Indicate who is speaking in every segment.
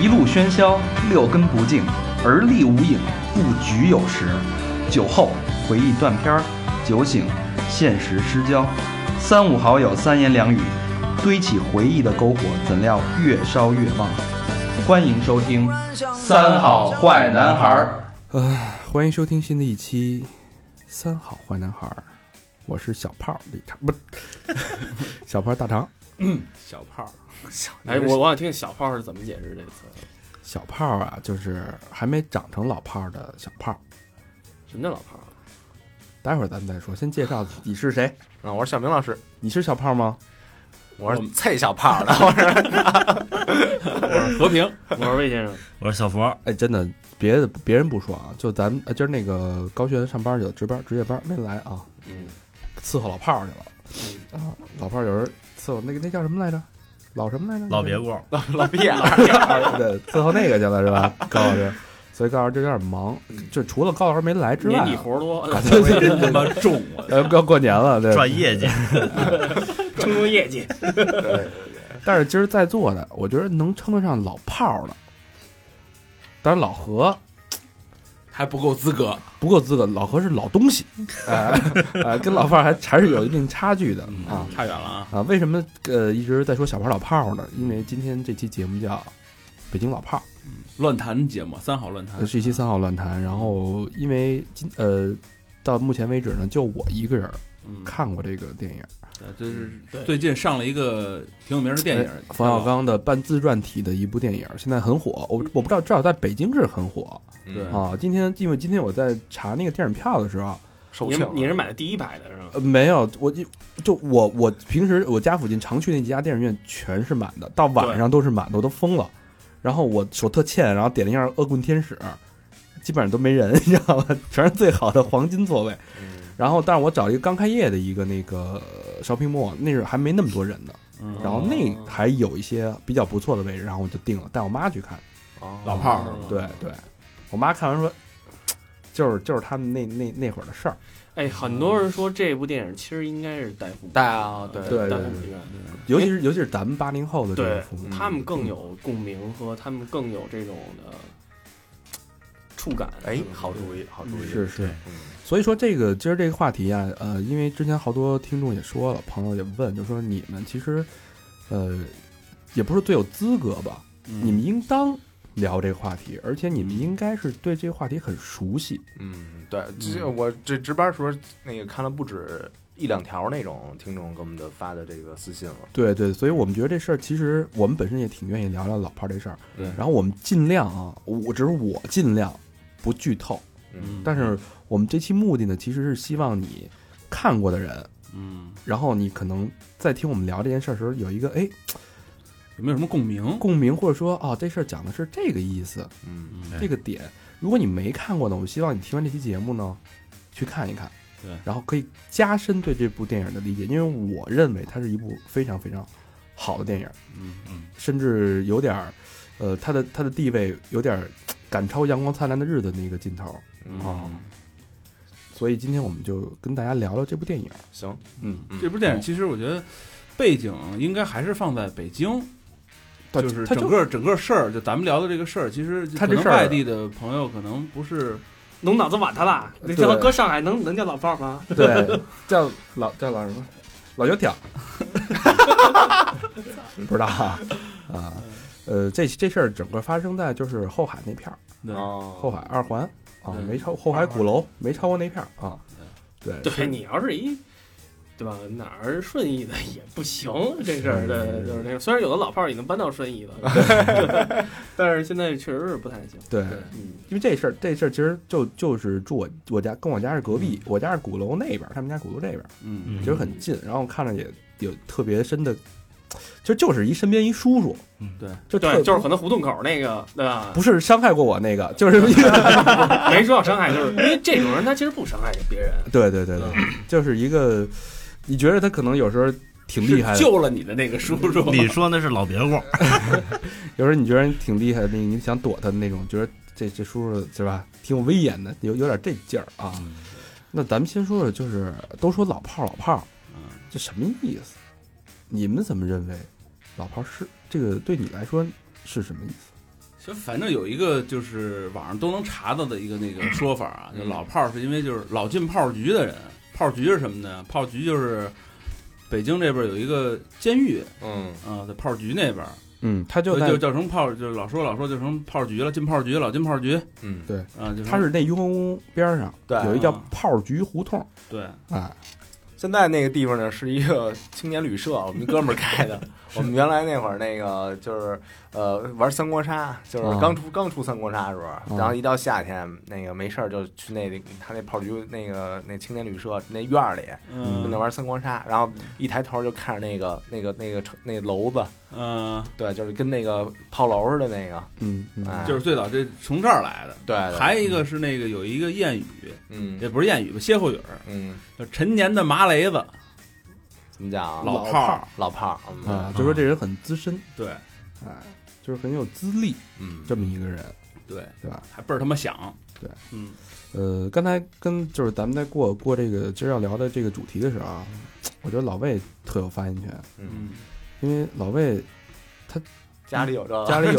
Speaker 1: 一路喧嚣，六根不净，而立无影，不局有时。酒后回忆断片儿，酒醒现实失焦。三五好友三言两语，堆起回忆的篝火，怎料越烧越旺。欢迎收听《三好坏男孩》。
Speaker 2: 欢迎收听新的一期《三好坏男孩》，我是小胖李长，不，小胖大肠，
Speaker 3: 小炮儿，哎，我我想听小炮儿是怎么解释这词。
Speaker 2: 小胖啊，就是还没长成老胖的小胖。
Speaker 3: 什么叫老炮儿？
Speaker 2: 待会儿咱们再说，先介绍 你是谁？
Speaker 4: 啊，我是小明老师，
Speaker 2: 你是小胖吗？
Speaker 4: 我是蔡小胖的，我是
Speaker 3: 和平，我是魏先生。
Speaker 5: 我是小佛，
Speaker 2: 哎，真的，别的别人不说啊，就咱们呃今儿那个高璇上班去了，值班值夜班没来啊，
Speaker 3: 嗯，
Speaker 2: 伺候老炮儿去了。
Speaker 5: 嗯
Speaker 2: 啊，老炮儿有人伺候那个那叫什么来着？老什么来着？
Speaker 5: 老别过，
Speaker 4: 老毕眼了。
Speaker 2: 啊 对，伺候那个去了是吧？高老师，所以高老师就有点忙，
Speaker 5: 嗯
Speaker 2: 就除了高老师没来之外
Speaker 3: 年
Speaker 2: 啊，
Speaker 3: 底活儿多，
Speaker 2: 对对对
Speaker 5: 他妈重我，
Speaker 2: 呃， 要过年了，对。
Speaker 5: 赚业绩，
Speaker 3: 冲冲业绩。
Speaker 2: 但是今儿在座的，我觉得能称得上老炮儿的，当然老何
Speaker 4: 还不够资格，
Speaker 2: 不够资格，老何是老东西， 哎、哎跟老炮儿还还是有一定差距的啊
Speaker 5: 差远了啊！
Speaker 2: 啊！为什么呃一直在说小胖老炮儿呢？因为今天这期节目叫《北京老炮儿
Speaker 6: 乱谈节目，三好乱》，谈
Speaker 2: 呃，是一期三号乱谈。然后因为今呃到目前为止呢，就我一个人
Speaker 6: 嗯，
Speaker 2: 看过这个电影。
Speaker 6: 呃这 是最近上了一个挺有名的电影
Speaker 2: 哎，冯小刚的半自传体的一部电影，现在很火。我我不知道，至少在北京是很火
Speaker 6: 对
Speaker 2: 啊。今天因为今天我在查那个电影票的时候，啊
Speaker 4: 手
Speaker 3: 你
Speaker 4: 巧
Speaker 3: 是你是买的第一排的是吗？
Speaker 2: 呃，没有，我就就我我平时我家附近常去那几家电影院全是满的，到晚上都是满的，我都疯了。然后我手特欠，然后点了一下《恶棍天使》，基本上都没人，你知道吗？全是最好的黄金座位。
Speaker 4: 嗯
Speaker 3: 嗯
Speaker 2: 然后，但是我找了一个刚开业的一个那个 shopping mall，那是还没那么多人呢。然后那还有一些比较不错的位置，然后我就定了，带我妈去看。
Speaker 4: 老
Speaker 3: 炮儿是吗
Speaker 2: 对对，我妈看完说，就是就是他们那那那会儿的事儿。
Speaker 3: 哎，很多人说这部电影其实应该是戴夫，
Speaker 4: 戴啊对
Speaker 2: 对对
Speaker 3: 戴夫
Speaker 2: 对
Speaker 3: 剧院，
Speaker 2: 尤其是尤其是咱们八零后的这个
Speaker 3: 对
Speaker 2: 父
Speaker 4: 嗯
Speaker 2: 母，
Speaker 3: 他们更有共鸣和他们更有这种的触感。啊
Speaker 4: 哎，好主意，好主意，
Speaker 2: 是是
Speaker 4: 嗯，
Speaker 2: 所以说这个今儿这个话题啊，呃，因为之前好多听众也说了，朋友也问，就说你们其实，呃，也不是最有资格吧，
Speaker 4: 嗯
Speaker 2: 你们应当聊这个话题，而且你们应该是对这个话题很熟悉。
Speaker 4: 嗯，对，这我这值班时候那个看了不止一两条那种听众给我们的发的这个私信了，
Speaker 2: 对对，所以我们觉得这事儿其实我们本身也挺愿意聊聊老炮儿这事儿，
Speaker 4: 对
Speaker 2: 然后我们尽量啊，我我只是我尽量不剧透，
Speaker 4: 嗯
Speaker 2: 但是我们这期目的呢，其实是希望你看过的人，
Speaker 6: 嗯，
Speaker 2: 然后你可能在听我们聊这件事儿的时候，有一个哎
Speaker 6: 有没有什么共鸣？
Speaker 2: 共鸣，或者说哦，这事儿讲的是这个意思，
Speaker 4: 嗯
Speaker 5: 对
Speaker 6: 哎
Speaker 2: 这个点。如果你没看过呢，我希望你听完这期节目呢，去看一看，
Speaker 6: 对
Speaker 2: 然后可以加深对这部电影的理解，因为我认为它是一部非常非常好的电影，
Speaker 6: 嗯
Speaker 5: 嗯，
Speaker 2: 甚至有点儿，呃，它的它的地位有点儿赶超《阳光灿烂的日子》那个劲头，
Speaker 4: 嗯，
Speaker 2: 所以今天我们就跟大家聊聊这部电影。
Speaker 4: 行，
Speaker 2: 嗯，
Speaker 6: 这部电影其实我觉得背景应该还是放在北京，
Speaker 2: 它
Speaker 6: 就是
Speaker 2: 它
Speaker 6: 整个整个事儿，就咱们聊的这个事儿，其实就
Speaker 2: 它这
Speaker 6: 可能
Speaker 2: 事儿
Speaker 6: 外地的朋友可能不是
Speaker 3: 侬脑子瓦特了，你
Speaker 2: 对
Speaker 3: 叫他搁上海能能叫老炮儿吗？
Speaker 2: 对， 叫老叫老什么？老油条， 不知道啊啊。呃，这这事儿整个发生在就是后海那片儿，
Speaker 6: 对
Speaker 2: 后
Speaker 4: 哦，
Speaker 2: 海二环啊，
Speaker 6: 对
Speaker 2: 没超后海鼓楼没超过那片儿啊。对，
Speaker 3: 对你要是一。对吧？哪儿顺义的也不行，这事儿
Speaker 2: 嗯
Speaker 3: 的就是那个。虽然有的老炮儿已经搬到顺 义了，对但是现在确实是不太行。
Speaker 2: 对，
Speaker 3: 嗯，
Speaker 2: 因为这事儿这事儿其实就就是住我我家跟我家是隔壁，我家是鼓楼那边儿，他们家鼓楼这边儿，
Speaker 6: 嗯
Speaker 2: 其实很近，然后看着也有特别深的，其实就是一身边一叔叔，
Speaker 5: 嗯
Speaker 6: 对，
Speaker 2: 就
Speaker 3: 对，
Speaker 2: 特
Speaker 3: 就是可能胡同口那个，对吧？
Speaker 2: 不是伤害过我那个，就是一个。
Speaker 3: 没说要伤害，就是因为这种人他其实不伤害别人，
Speaker 2: 对对对对，就是一个，你觉得他可能有时候挺厉害的，
Speaker 6: 救了你的那个叔叔，
Speaker 5: 你说那是老别过，
Speaker 2: 有时候你觉得人挺厉害的，你你想躲他的那种，觉得这这叔叔是吧，挺有威严的，有有点这劲儿啊。
Speaker 5: 嗯
Speaker 2: 那咱们先说说，就是都说老炮儿老炮儿，这什么意思？你们怎么认为老炮儿是这个对你来说是什么意思？
Speaker 6: 其实反正有一个就是网上都能查到的一个那个说法啊，就老炮儿是因为就是老进炮局的人，炮局是什么呢？炮局就是北京这边有一个监狱
Speaker 4: 嗯
Speaker 6: 啊，在炮局那边儿，
Speaker 2: 嗯，他就
Speaker 6: 所以
Speaker 2: 在
Speaker 6: 就叫成炮，就是老说老说就成炮局了，进炮局老进炮局
Speaker 4: 嗯，
Speaker 6: 啊，就是
Speaker 2: 他是那雍和宫边儿上
Speaker 4: 对
Speaker 2: 有一叫
Speaker 6: 啊
Speaker 2: 炮局胡同，
Speaker 6: 对，
Speaker 2: 哎，
Speaker 4: 现在那个地方呢是一个 青年旅社，我们一哥们儿开的。我们原来那会儿那个就是呃玩三国杀，就是
Speaker 2: 啊
Speaker 4: 刚出、刚出三国杀的时候，然后一到夏天那个没事儿就去那里他那炮局那个那青年旅社那院儿里
Speaker 6: 嗯
Speaker 4: 跟那玩三国杀，然后一抬头就看着那个那个那个城那楼子，
Speaker 6: 嗯，
Speaker 4: 对，就是跟那个炮楼似的那个，
Speaker 2: 嗯嗯，
Speaker 4: 哎、
Speaker 6: 呃就是最早这从这儿来的。
Speaker 4: 对对，
Speaker 6: 还有一个是那个有一个谚语，
Speaker 4: 哎嗯
Speaker 6: 也不是谚语吧，歇后语儿，
Speaker 4: 嗯，
Speaker 6: 叫陈年的麻雷子，
Speaker 4: 怎么讲啊？
Speaker 6: 老
Speaker 4: 炮
Speaker 6: 炮儿
Speaker 4: 儿，老炮儿，嗯
Speaker 2: 啊，就说这人很资深，
Speaker 6: 对
Speaker 2: 哎，就是很有资历
Speaker 4: 嗯，
Speaker 2: 这么一个人，
Speaker 6: 对，
Speaker 2: 对吧？
Speaker 6: 还倍儿他妈响，
Speaker 2: 对，
Speaker 6: 嗯，
Speaker 2: 呃，刚才跟就是咱们在过过这个今儿要聊的这个主题的时候啊，我觉得老魏特有发言权，
Speaker 4: 嗯，
Speaker 2: 因为老魏
Speaker 4: 家里有这个
Speaker 2: 家里有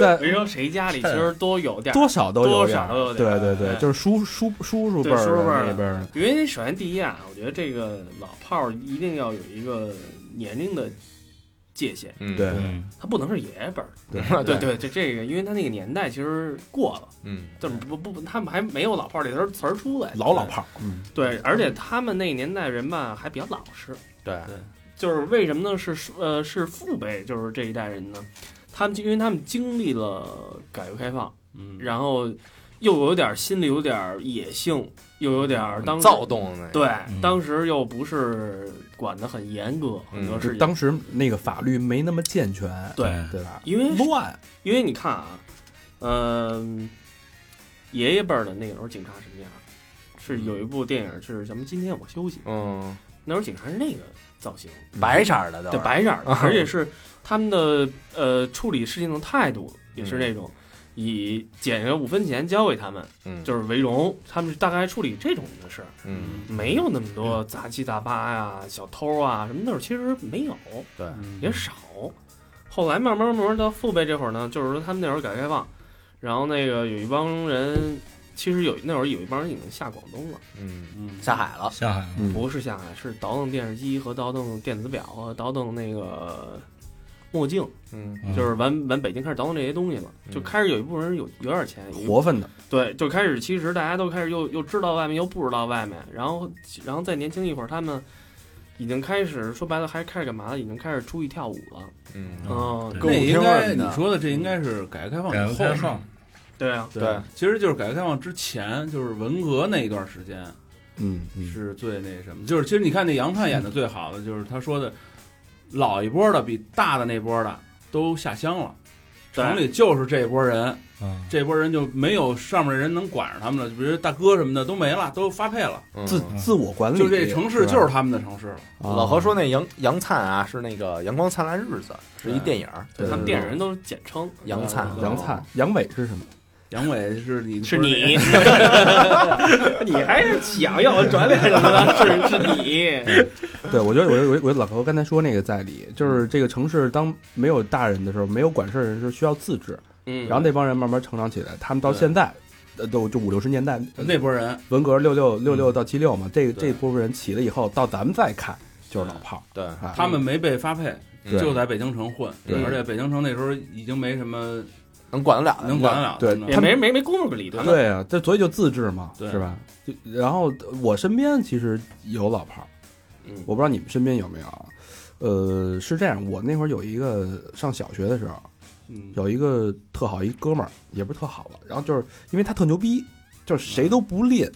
Speaker 2: 在
Speaker 3: 没说谁家里其实都有点儿，
Speaker 2: 多少都有
Speaker 3: 多
Speaker 2: 点
Speaker 3: 少
Speaker 2: 儿，
Speaker 3: 都有点
Speaker 2: 对
Speaker 3: 儿
Speaker 2: 对对，
Speaker 3: 哎
Speaker 2: 就是叔叔叔叔辈
Speaker 3: 对
Speaker 2: 儿
Speaker 3: 叔叔辈
Speaker 2: 的
Speaker 3: 儿的
Speaker 2: 那边儿的，
Speaker 3: 因为首先第一啊，我觉得这个老炮儿一定要有一个年龄的界限，
Speaker 4: 嗯
Speaker 2: 对
Speaker 5: 嗯，
Speaker 3: 他不能是爷们儿。
Speaker 4: 对
Speaker 3: 对，对，这这个，因为他那个年代其实过了，
Speaker 4: 嗯
Speaker 3: 怎么不不不，他们还没有老炮儿这词儿词儿出来。
Speaker 2: 老老炮儿，嗯，
Speaker 3: 对，而且他们那个年代人吧还比较老实，
Speaker 4: 对，
Speaker 3: 就是为什么呢？是呃是父辈，就是这一代人呢，他们就因为他们经历了改革开放，
Speaker 6: 嗯，
Speaker 3: 然后又有点儿心里有点儿野性，又有点儿当时
Speaker 4: 躁动的，
Speaker 3: 对，
Speaker 5: 嗯
Speaker 3: 当时又不是管得很严格，
Speaker 4: 嗯
Speaker 3: 很多
Speaker 2: 就
Speaker 3: 事
Speaker 2: 是
Speaker 3: 情。
Speaker 2: 当时那个法律没那么健全，
Speaker 3: 对，
Speaker 2: 对吧？
Speaker 3: 因为
Speaker 2: 乱，
Speaker 3: 因为你看啊，嗯、爷爷辈儿的那个时候警察什么样？是有一部电影是什么？今天我休息。
Speaker 4: 嗯，
Speaker 3: 那时候警察是那个造型，
Speaker 4: 白色儿的都
Speaker 3: 对
Speaker 4: 是，
Speaker 3: 白色儿的，而且是他们的呃处理事情的态度也是那种。以捡个五分钱交给他们，
Speaker 4: 嗯，
Speaker 3: 就是为荣。他们是大概处理这种的事儿，
Speaker 4: 嗯，
Speaker 3: 没有那么多杂七杂八呀、小偷啊什么那会儿，其实没有。
Speaker 4: 对，
Speaker 3: 也少。后来慢慢慢慢到父辈这会儿呢，就是说他们那会儿改革开放，然后那个有一帮人，其实有那会儿有一帮人已经下广东了，
Speaker 4: 嗯，
Speaker 6: 嗯，
Speaker 4: 下海了，
Speaker 5: 下海了
Speaker 2: 嗯
Speaker 3: 不是下海，是倒腾电视机和倒腾电子表和倒腾那个墨镜，
Speaker 4: 嗯
Speaker 5: 嗯
Speaker 3: 就是往往北京开始倒腾这些东西了，
Speaker 4: 嗯
Speaker 3: 就开始有一部分人有有点钱，有一
Speaker 2: 活泛的，
Speaker 3: 对，就开始其实大家都开始又又知道外面又不知道外面，然后然后再年轻一会儿，他们已经开始说白了还开始干嘛了？已经开始出去跳舞了，
Speaker 4: 嗯，
Speaker 3: 嗯，
Speaker 5: 哦对
Speaker 6: 那应
Speaker 4: 歌舞厅啊
Speaker 6: 该
Speaker 4: 什么
Speaker 6: 你
Speaker 4: 的
Speaker 6: 说的这应该是改革开放
Speaker 5: 改
Speaker 6: 以
Speaker 5: 革
Speaker 6: 后
Speaker 5: 开，放，
Speaker 3: 对啊，
Speaker 4: 对，
Speaker 6: 其实就是改革开放之前，就是文革那一段时间
Speaker 2: 嗯嗯，
Speaker 6: 是最那什么，就是其实你看那杨盼演的最好的，就是他说的老一波的比大的那波的都下乡了，
Speaker 3: 对
Speaker 6: 城里就是这波人，
Speaker 5: 嗯，
Speaker 6: 这波人就没有上面人能管着他们了，就比如大哥什么的都没了，都发配了，
Speaker 2: 自
Speaker 4: 嗯
Speaker 2: 自我管理，
Speaker 6: 就这城市
Speaker 2: 吧
Speaker 6: 就是他们的城市了。
Speaker 2: 啊
Speaker 4: 老何说那杨杨灿啊，是那个《阳光灿烂日子》，是一
Speaker 6: 对
Speaker 4: 电影儿，
Speaker 2: 对
Speaker 3: 他们
Speaker 2: 对
Speaker 3: 电影人都是简称
Speaker 4: 杨灿嗯
Speaker 3: 对
Speaker 2: 杨灿、杨伟是什么？
Speaker 6: 杨伟是你
Speaker 3: 是
Speaker 6: 不
Speaker 3: 你，你还是想要我转脸什么 的，是是你，
Speaker 2: 对，我觉得，我觉得，我觉得我觉得老何刚才说那个在理，
Speaker 6: 嗯
Speaker 2: 就是这个城市当没有大人的时候，没有管事儿的人是需要自治，
Speaker 3: 嗯，
Speaker 2: 然后那帮人慢慢成长起来，他们到
Speaker 6: 对呃
Speaker 2: 现在，呃，都就五六十年代
Speaker 6: 那波人，
Speaker 2: 文革六六六六到七六嘛，这
Speaker 6: 对
Speaker 2: 这波人起了以后，到咱们再看就是老炮
Speaker 4: 对，
Speaker 2: 儿，啊
Speaker 6: 他们没被发配，
Speaker 4: 嗯
Speaker 6: 就在北京城混，
Speaker 4: 对
Speaker 6: 而且北京城那时候已经没什么
Speaker 4: 能管得了，
Speaker 6: 能管得，了
Speaker 2: 对
Speaker 6: 的
Speaker 3: 也
Speaker 2: 他
Speaker 3: 没没没工夫理他们，
Speaker 2: 对啊，这所以就自治嘛，
Speaker 6: 对
Speaker 2: 是吧？就然后我身边其实有老炮儿，
Speaker 3: 嗯
Speaker 2: 我不知道你们身边有没有啊。呃，是这样，我那会儿有一个上小学的时候，
Speaker 6: 嗯，
Speaker 2: 有一个特好一哥们儿，也不是特好吧，然后就是因为他特牛逼，就是谁都不吝，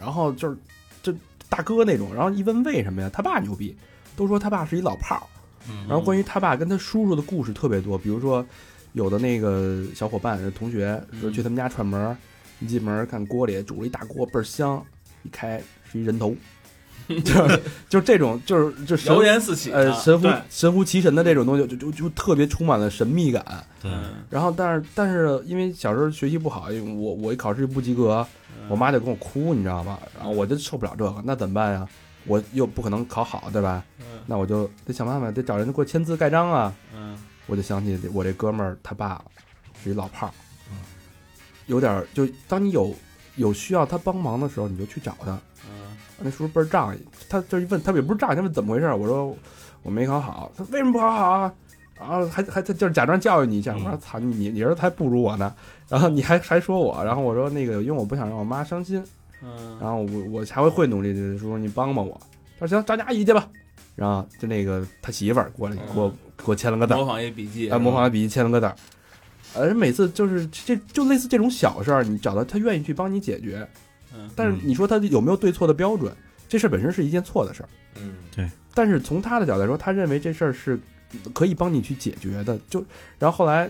Speaker 2: 然后就是就大哥那种，然后一问为什么呀，他爸牛逼，都说他爸是一老炮儿，
Speaker 5: 嗯
Speaker 2: 然后关于他爸跟他叔叔的故事特别多，比如说有的那个小伙伴同学说去他们家串门儿，一进门儿看锅里煮了一大锅倍儿香，一开是一人头，就是就是这种就是就神
Speaker 6: 谣言四起啊，
Speaker 2: 呃神乎
Speaker 3: 对
Speaker 2: 神乎其神的这种东西，就就就特别充满了神秘感。
Speaker 5: 对，
Speaker 6: 嗯
Speaker 2: 然后但是但是因为小时候学习不好，因为我我一考试不及格，我妈就跟我哭，你知道吧？然后我就受不了这个，那怎么办呀？我又不可能考好，对吧？那我就得想办法，得找人给我签字盖章啊。
Speaker 6: 嗯，
Speaker 2: 我就想起我这哥们儿他爸了，是一老炮儿，嗯有点儿就当你有有需要他帮忙的时候，你就去找他。
Speaker 6: 嗯
Speaker 2: 那叔叔倍儿仗义，他就是问他也不是仗义，他问怎么回事儿，我说我没考好，他为什么不考好啊？然后还还他就是假装教育你一下，我说操你你儿子还不如我呢，然后你还还说我，然后我说那个因为我不想让我妈伤心，
Speaker 6: 嗯
Speaker 2: 然后我我下回会努力的，叔叔你帮帮我。他说行，咱家一起去吧。然后就那个他媳妇儿过来给我给我签了个字儿
Speaker 6: 模，仿一笔记，啊
Speaker 2: 哎，模仿的笔记签了个字儿。而每次就是这就类似这种小事儿，你找到他愿意去帮你解决，
Speaker 6: 嗯
Speaker 2: 但是你说他有没有对错的标准？这事儿本身是一件错的事儿，
Speaker 4: 嗯，
Speaker 2: 但是从他的角度来说，他认为这事儿是可以帮你去解决的。就然后后来，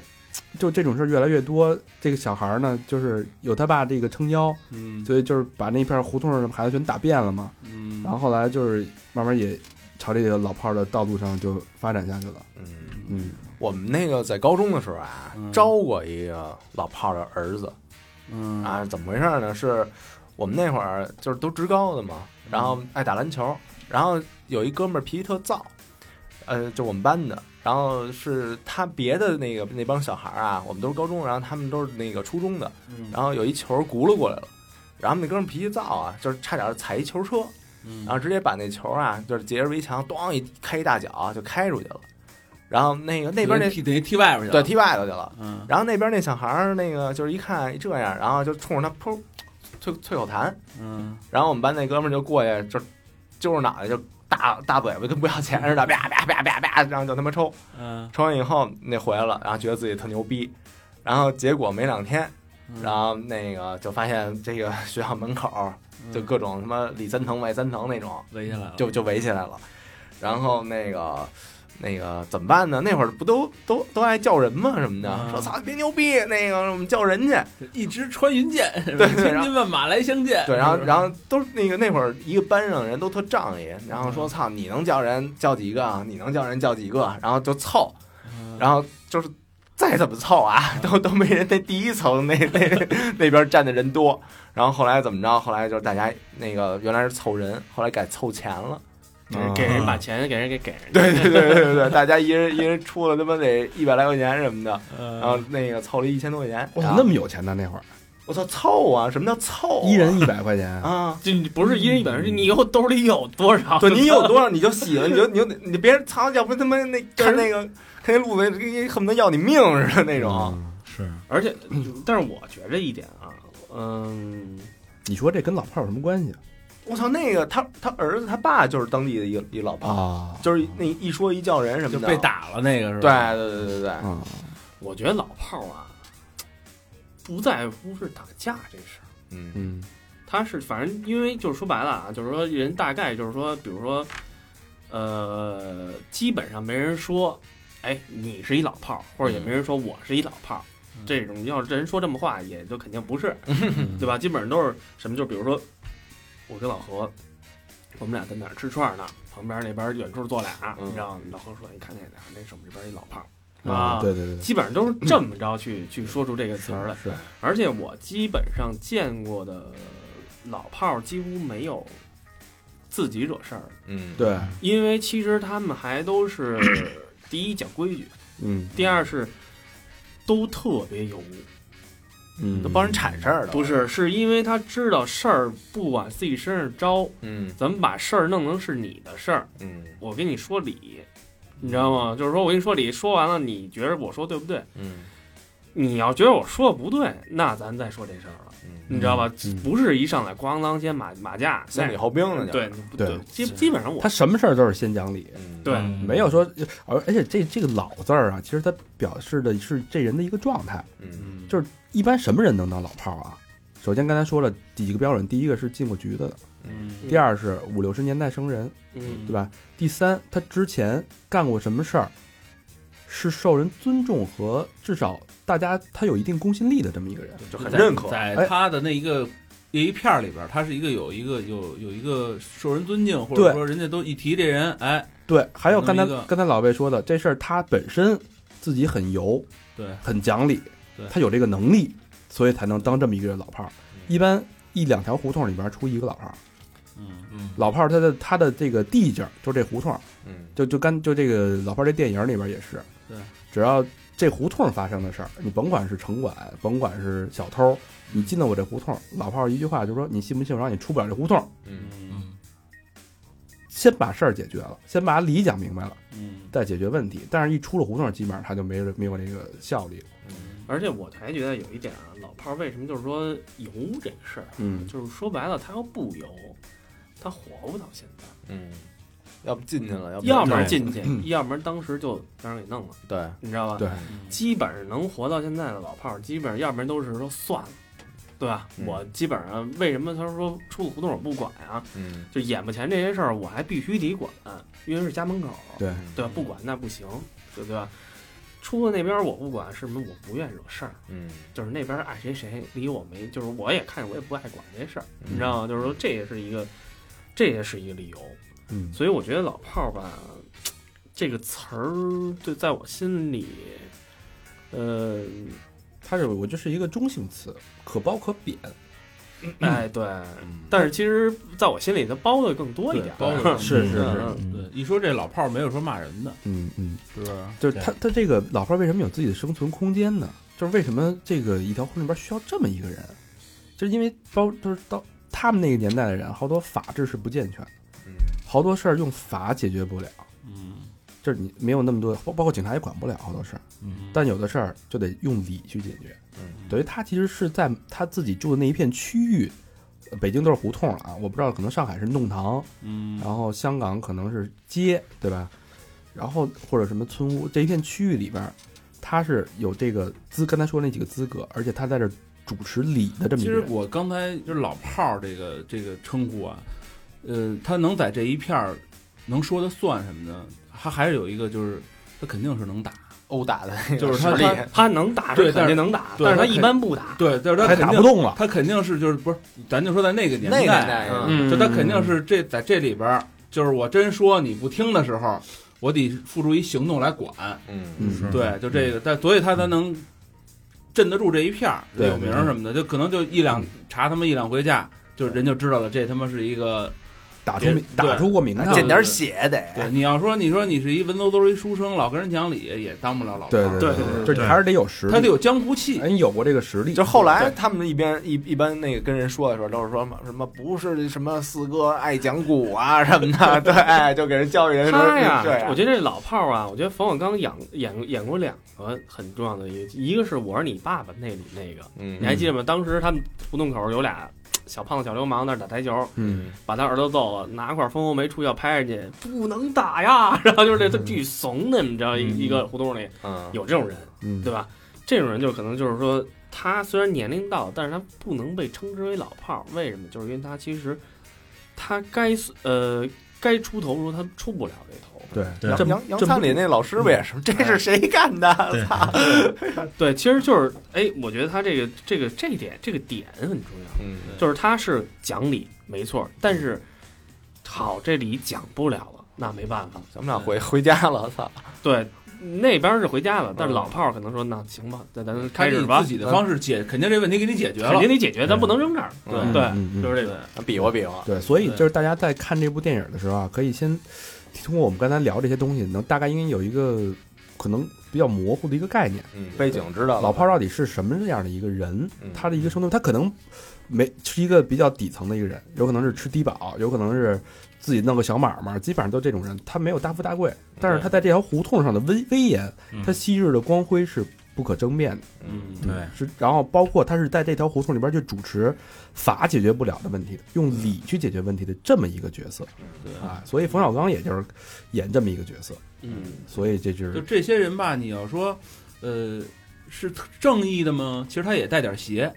Speaker 2: 就这种事儿越来越多。这个小孩儿呢，就是有他爸这个撑腰，
Speaker 6: 嗯
Speaker 2: 所以就是把那片胡同上的孩子全打遍了嘛。
Speaker 6: 嗯，
Speaker 2: 然后后来就是慢慢也朝这个老炮儿的道路上就发展下去了。
Speaker 4: 嗯，
Speaker 2: 嗯，
Speaker 4: 我们那个在高中的时候啊
Speaker 6: 嗯，
Speaker 4: 招过一个老炮儿的儿子
Speaker 6: 嗯
Speaker 4: 啊，怎么回事呢？是我们那会儿就是都职高的嘛，然后
Speaker 6: 嗯
Speaker 4: 爱打篮球，然后有一哥们儿脾气特燥，呃，就我们班的。然后是他别的那个那帮小孩儿啊，我们都是高中，然后他们都是那个初中的，
Speaker 6: 嗯
Speaker 4: 然后有一球轱辘过来了，然后那哥们儿脾气燥啊，就是差点踩一球车，
Speaker 6: 嗯
Speaker 4: 然后直接把那球啊，就是截着围墙，咣一开一大脚就开出去了。然后那个那边那
Speaker 6: 踢等于踢外边去
Speaker 4: 对
Speaker 6: 了，
Speaker 4: 踢外头去了。
Speaker 6: 嗯
Speaker 4: 然后那边那小孩儿那个就是一看这样，然后就冲着他噗啐啐口痰。
Speaker 6: 嗯
Speaker 4: 然后我们班那哥们儿就过去就揪着脑袋就大大嘴巴跟不要钱似的，啪啪啪啪啪，然后就他妈抽。
Speaker 6: 嗯
Speaker 4: 抽完以后那回来了，然后觉得自己特牛逼，然后结果没两天，
Speaker 6: 嗯
Speaker 4: 然后那个就发现这个学校门口
Speaker 6: 嗯
Speaker 4: 就各种他妈里三层外三层那种。
Speaker 6: 围下来了，
Speaker 4: 就就围起来了。然后那个那个怎么办呢？那会儿不都都都爱叫人吗？什么的，
Speaker 6: 啊哎
Speaker 4: 说操别牛逼，那个我们叫人去。
Speaker 6: 一直穿云箭，对
Speaker 4: 对
Speaker 6: 千
Speaker 4: 然
Speaker 6: 军万马来相见，
Speaker 4: 对，然后
Speaker 6: 是吧
Speaker 4: 然后都是那个那会儿一个班上人都特仗义，然后说
Speaker 6: 嗯
Speaker 4: 操你能叫人叫几个，啊你能叫人叫几个，然后就凑，
Speaker 6: 嗯
Speaker 4: 然后就是。再怎么凑啊，都都没人那第一层那那那那边站的人多。然后后来怎么着？后来就是大家那个原来是凑人，后来改凑钱了。
Speaker 3: 就是给人把钱给人给给人家，
Speaker 4: 对对 对对对，大家一人一人出了他妈得一百来块钱什么的，
Speaker 6: 嗯
Speaker 4: 然后那个凑了一千多块钱。
Speaker 2: 我操，
Speaker 6: 啊
Speaker 4: 然后
Speaker 2: 那么有钱呢？那会儿
Speaker 4: 我操凑啊！什么叫
Speaker 6: 哦
Speaker 4: 凑啊、
Speaker 2: 一人一百块钱，
Speaker 4: 啊？
Speaker 3: 就你不是一人一百，是你以后兜里有多少？
Speaker 4: 对你有多少你就洗了，你就你就你别操，要不他妈那看那个看那路子，恨不得要你命似的那
Speaker 2: 嗯
Speaker 4: 种。
Speaker 5: 是
Speaker 3: 而且，但是我觉着一点啊，嗯，
Speaker 2: 你说这跟老炮儿有什么关系
Speaker 4: 我操，那个他他儿子他爸就是当地的一个一老炮，
Speaker 2: 啊？
Speaker 4: 就是那一说一叫人什么
Speaker 6: 就
Speaker 4: 的
Speaker 6: 被。打了那个是
Speaker 4: 对
Speaker 6: 吧？
Speaker 4: 对对对对，
Speaker 2: 啊，
Speaker 3: 我觉得老炮儿啊，不在乎是打架这事儿，
Speaker 4: 嗯
Speaker 2: 嗯
Speaker 3: 他是反正因为就是说白了啊，就是说人大概就是说，比如说，呃，基本上没人说，哎，你是一老炮儿，或者也没人说我是一老炮儿。
Speaker 6: 嗯
Speaker 3: 这种要是人说这么话，也就肯定不是，对吧？基本上都是什么，就比如说我跟老何，我们俩在哪儿吃串儿呢？旁边那边远处坐俩，你知道吗？老何说：“你看那俩，那是我们这边一老炮儿啊。”
Speaker 2: 嗯对对对对，
Speaker 3: 基本上都是这么着去去说出这个词儿来。
Speaker 2: 是
Speaker 3: 而且我基本上见过的老炮儿几乎没有自己惹事儿，
Speaker 4: 嗯，
Speaker 2: 对，
Speaker 3: 因为其实他们还都是第一讲规矩，
Speaker 2: 嗯
Speaker 3: 第二是都特别有无。
Speaker 2: 嗯，
Speaker 4: 都帮人铲事儿了。
Speaker 3: 不，是，是因为他知道事儿不往自己身上招，
Speaker 4: 嗯
Speaker 3: 咱们把事儿弄成是你的事儿，
Speaker 4: 嗯
Speaker 3: 我跟你说理，你知道吗？就是说我跟你说理，说完了你觉得我说对不对？
Speaker 4: 嗯
Speaker 3: 你要觉得我说的不对，那咱再说这事儿了。
Speaker 4: 嗯，
Speaker 3: 你知道吧？
Speaker 2: 嗯
Speaker 3: 不是一上来咣啷先马马架，
Speaker 4: 先礼后兵呢就。
Speaker 3: 对
Speaker 2: 对
Speaker 3: 基基本上我
Speaker 2: 他什么事儿都是先讲理，
Speaker 4: 嗯，
Speaker 3: 对
Speaker 5: 嗯
Speaker 2: 没有说，而而且这这个“老”字儿啊，其实它表示的是这人的一个状态。
Speaker 4: 嗯
Speaker 2: 就是一般什么人能当老炮儿啊？首先刚才说了几个标准，第一个是进过局的，
Speaker 4: 嗯
Speaker 2: 第二是五六十年代生人，
Speaker 3: 嗯
Speaker 2: 对吧？第三，他之前干过什么事儿，是受人尊重和至少大家他有一定公信力的这么一个人。
Speaker 4: 就很认可。
Speaker 6: 在
Speaker 2: 哎
Speaker 6: 他的那一个那一片儿里边儿，他是一个有一个有有一个受人尊敬，或
Speaker 2: 对
Speaker 6: 者说人家都一提这人，哎，
Speaker 2: 对，还有
Speaker 6: 那
Speaker 2: 刚
Speaker 6: 么
Speaker 2: 才
Speaker 6: 一个
Speaker 2: 刚才老魏说的这事儿，他本身自己很油，
Speaker 6: 对，
Speaker 2: 很讲理
Speaker 6: 对，
Speaker 2: 他有这个能力，所以才能当这么一个老炮儿。
Speaker 4: 嗯
Speaker 2: 一般一两条胡同里边出一个老炮儿，
Speaker 6: 嗯
Speaker 4: 嗯
Speaker 2: 老炮儿他的他的这个地界儿就这胡同儿，
Speaker 4: 嗯，
Speaker 2: 就就干就这个老炮儿这电影里边也是，
Speaker 6: 对，
Speaker 2: 只要这胡同发生的事儿，你甭管是城管，甭管是小偷，你进了我这胡同，老炮儿一句话就说你信不信我让你出不了这胡同，
Speaker 4: 嗯
Speaker 6: 嗯
Speaker 2: 先把事儿解决了，先把理讲明白了，
Speaker 6: 嗯，
Speaker 2: 再解决问题。但是，一出了胡同，基本上他就没有没有那个效力了。
Speaker 3: 而且我还觉得有一点啊，老炮儿为什么就是说油这个事儿，啊
Speaker 2: 嗯，
Speaker 3: 就是说白了，他要不油，他活不到现在，
Speaker 4: 嗯，要不进去了，要不
Speaker 3: 要不然
Speaker 5: 对
Speaker 3: 进去，
Speaker 2: 嗯
Speaker 3: 要不然当时就让人给弄了，
Speaker 4: 对，
Speaker 3: 你知道吧？
Speaker 2: 对
Speaker 6: 嗯
Speaker 3: 基本上能活到现在的老炮儿，基本上要不然都是说算了，对吧？
Speaker 4: 嗯
Speaker 3: 我基本上为什么他说出了胡同我不管啊？
Speaker 4: 嗯
Speaker 3: 就眼不前这些事儿我还必须得管，因为是家门口，
Speaker 2: 对
Speaker 3: 对吧？不管那不行，对对吧？出了那边我不管，是什么？我不愿惹事儿，
Speaker 4: 嗯
Speaker 3: 就是那边爱谁谁，离我没，就是我也看我也不爱管这事儿，
Speaker 4: 嗯
Speaker 3: 你知道吗？就是说这也是一个，这也是一个理由。
Speaker 2: 嗯，
Speaker 3: 所以我觉得“老炮儿”吧，这个词儿对在我心里，呃，
Speaker 2: 他是我就是一个中性词，可褒可贬。
Speaker 3: 哎，对，但是其实在我心里，它包的更多一点儿，
Speaker 6: 包括
Speaker 2: 是是
Speaker 3: 嗯
Speaker 2: 是
Speaker 3: 嗯
Speaker 6: 对，一说这老炮儿没有说骂人的，
Speaker 2: 嗯嗯，
Speaker 6: 是不是？
Speaker 2: 就是他他这个老炮儿为什么有自己的生存空间呢？就是为什么这个一条胡同里边需要这么一个人，就是因为包就是到他们那个年代的人，好多法制是不健全的，
Speaker 4: 嗯
Speaker 2: 好多事儿用法解决不了，
Speaker 6: 嗯
Speaker 2: 就是你没有那么多，包包括警察也管不了好多事儿，
Speaker 6: 嗯，
Speaker 2: 但有的事儿就得用理去解决。
Speaker 4: 嗯
Speaker 2: 等于他其实是在他自己住的那一片区域，呃北京都是胡同了啊，我不知道可能上海是弄堂，
Speaker 6: 嗯
Speaker 2: 然后香港可能是街，对吧？然后或者什么村屋这一片区域里边儿，他是有这个资，刚才说那几个资格，而且他在这儿主持礼的这么一
Speaker 6: 其
Speaker 2: 个
Speaker 6: 实
Speaker 2: 人
Speaker 6: 我刚才就是“老炮儿”这个这个称呼啊，呃，他能在这一片儿能说的算什么呢？他还是有一个就是他肯定是能打，
Speaker 4: 殴打的那个
Speaker 6: 就是他
Speaker 4: 实力
Speaker 3: 他能打
Speaker 6: 对
Speaker 3: 是肯
Speaker 6: 但是
Speaker 3: 定能打，
Speaker 6: 对
Speaker 3: 但是他
Speaker 6: 他
Speaker 3: 一般不打，
Speaker 6: 对，但是他
Speaker 2: 还
Speaker 6: 肯
Speaker 2: 打
Speaker 6: 定
Speaker 2: 不动了，
Speaker 6: 他肯定是就是不是，咱就说在那个年
Speaker 4: 那个年
Speaker 6: 代，
Speaker 4: 代
Speaker 3: 嗯
Speaker 6: 就他肯定是这在这里边儿，就是我真说你不听的时候，我得付出一行动来管，
Speaker 4: 嗯
Speaker 2: 嗯，
Speaker 5: 是
Speaker 6: 对，就这个，但所以他才能镇得住这一片儿，
Speaker 2: 对嗯
Speaker 6: 有名儿什么的，就可能就一两查他妈一两回架，就人就知道了，这他妈是一个
Speaker 2: 打出
Speaker 6: 别
Speaker 2: 名打
Speaker 6: 对
Speaker 2: 出过名堂，
Speaker 4: 见点儿血得，
Speaker 6: 对，你要说你说你是一文绉绉一书生，老跟人讲理也当不了老炮
Speaker 2: 对
Speaker 6: 儿
Speaker 2: 对
Speaker 3: 对对
Speaker 2: 就
Speaker 3: 对
Speaker 2: 是还是得有实力，
Speaker 6: 他得有江湖气
Speaker 2: 哎，。你有过这个实力，
Speaker 4: 就后来他们一边一一般那个跟人说的时候，都是说什么不是什么四哥爱讲古啊什么的，对，就给人教育人说
Speaker 3: 他呀
Speaker 4: 嗯对，，
Speaker 3: 我觉得这老炮儿啊，我觉得冯小刚演演演过两个很重要的一个，一个是我是你爸爸那里那个，你还
Speaker 4: 嗯
Speaker 3: 记得吗？当时他们胡同口有俩小胖子小流氓那儿打台球，
Speaker 2: 嗯，
Speaker 3: 把他儿子揍了，拿块蜂窝煤出去要拍人家，不能打呀， 然后就是这他巨怂的，你知道一一个胡同里
Speaker 4: 嗯
Speaker 3: 有这种人，
Speaker 2: 嗯
Speaker 3: 对吧？这种人就可能就是说，他虽然年龄到，但是他不能被称之为老炮儿，为什么？就是因为他其实他该呃该出头的时候他出不了这头，
Speaker 2: 对
Speaker 5: 对
Speaker 2: 这
Speaker 4: 杨杨杨
Speaker 2: 这
Speaker 4: 灿里那老师不也是吗？这是谁干的？
Speaker 5: 对，
Speaker 3: 对，其实就是哎，我觉得他这个这个这一点这个点很重要，
Speaker 4: 嗯
Speaker 3: 就是他是讲理没错，但是好这理讲不了了，那没办法，
Speaker 4: 咱们俩回回家了，操！
Speaker 3: 对。那边是回家了，但是
Speaker 4: 嗯
Speaker 3: 老炮儿可能说：“那行吧，那咱
Speaker 6: 他
Speaker 3: 开
Speaker 6: 以
Speaker 3: 始吧嗯
Speaker 6: 自，己的方式解，肯定这问题给你解决
Speaker 3: 肯
Speaker 6: 了
Speaker 3: 定。得解决，咱不能扔这儿。”
Speaker 4: 嗯
Speaker 3: 对
Speaker 2: 嗯嗯
Speaker 3: 对，就是这个。
Speaker 4: 咱比划比划，
Speaker 2: 对，所以就是大家在看这部电影的时候啊，可以先通过我们刚才聊这些东西，能大概应该有一个可能比较模糊的一个概念。
Speaker 4: 嗯，背景知道了，
Speaker 2: 老炮儿到底是什么样的一个人
Speaker 4: 嗯？
Speaker 2: 他的一个生存，他可能没是一个比较底层的一个人，有可能是吃低保，有可能是自己弄个小买卖，基本上都这种人。他没有大富大贵，但是他在这条胡同上的威威严，他昔日的光辉是不可争辩的。
Speaker 4: 嗯
Speaker 5: 对，
Speaker 2: 是，然后包括他是在这条胡同里边去主持法解决不了的问题的，用
Speaker 3: 嗯
Speaker 2: 理去解决问题的这么一个角色
Speaker 6: 对
Speaker 2: 啊，所以冯小刚也就是演这么一个角色，
Speaker 3: 嗯，
Speaker 2: 所以这就
Speaker 6: 就是这些人吧，你要说，呃，是正义的吗？其实他也带点邪，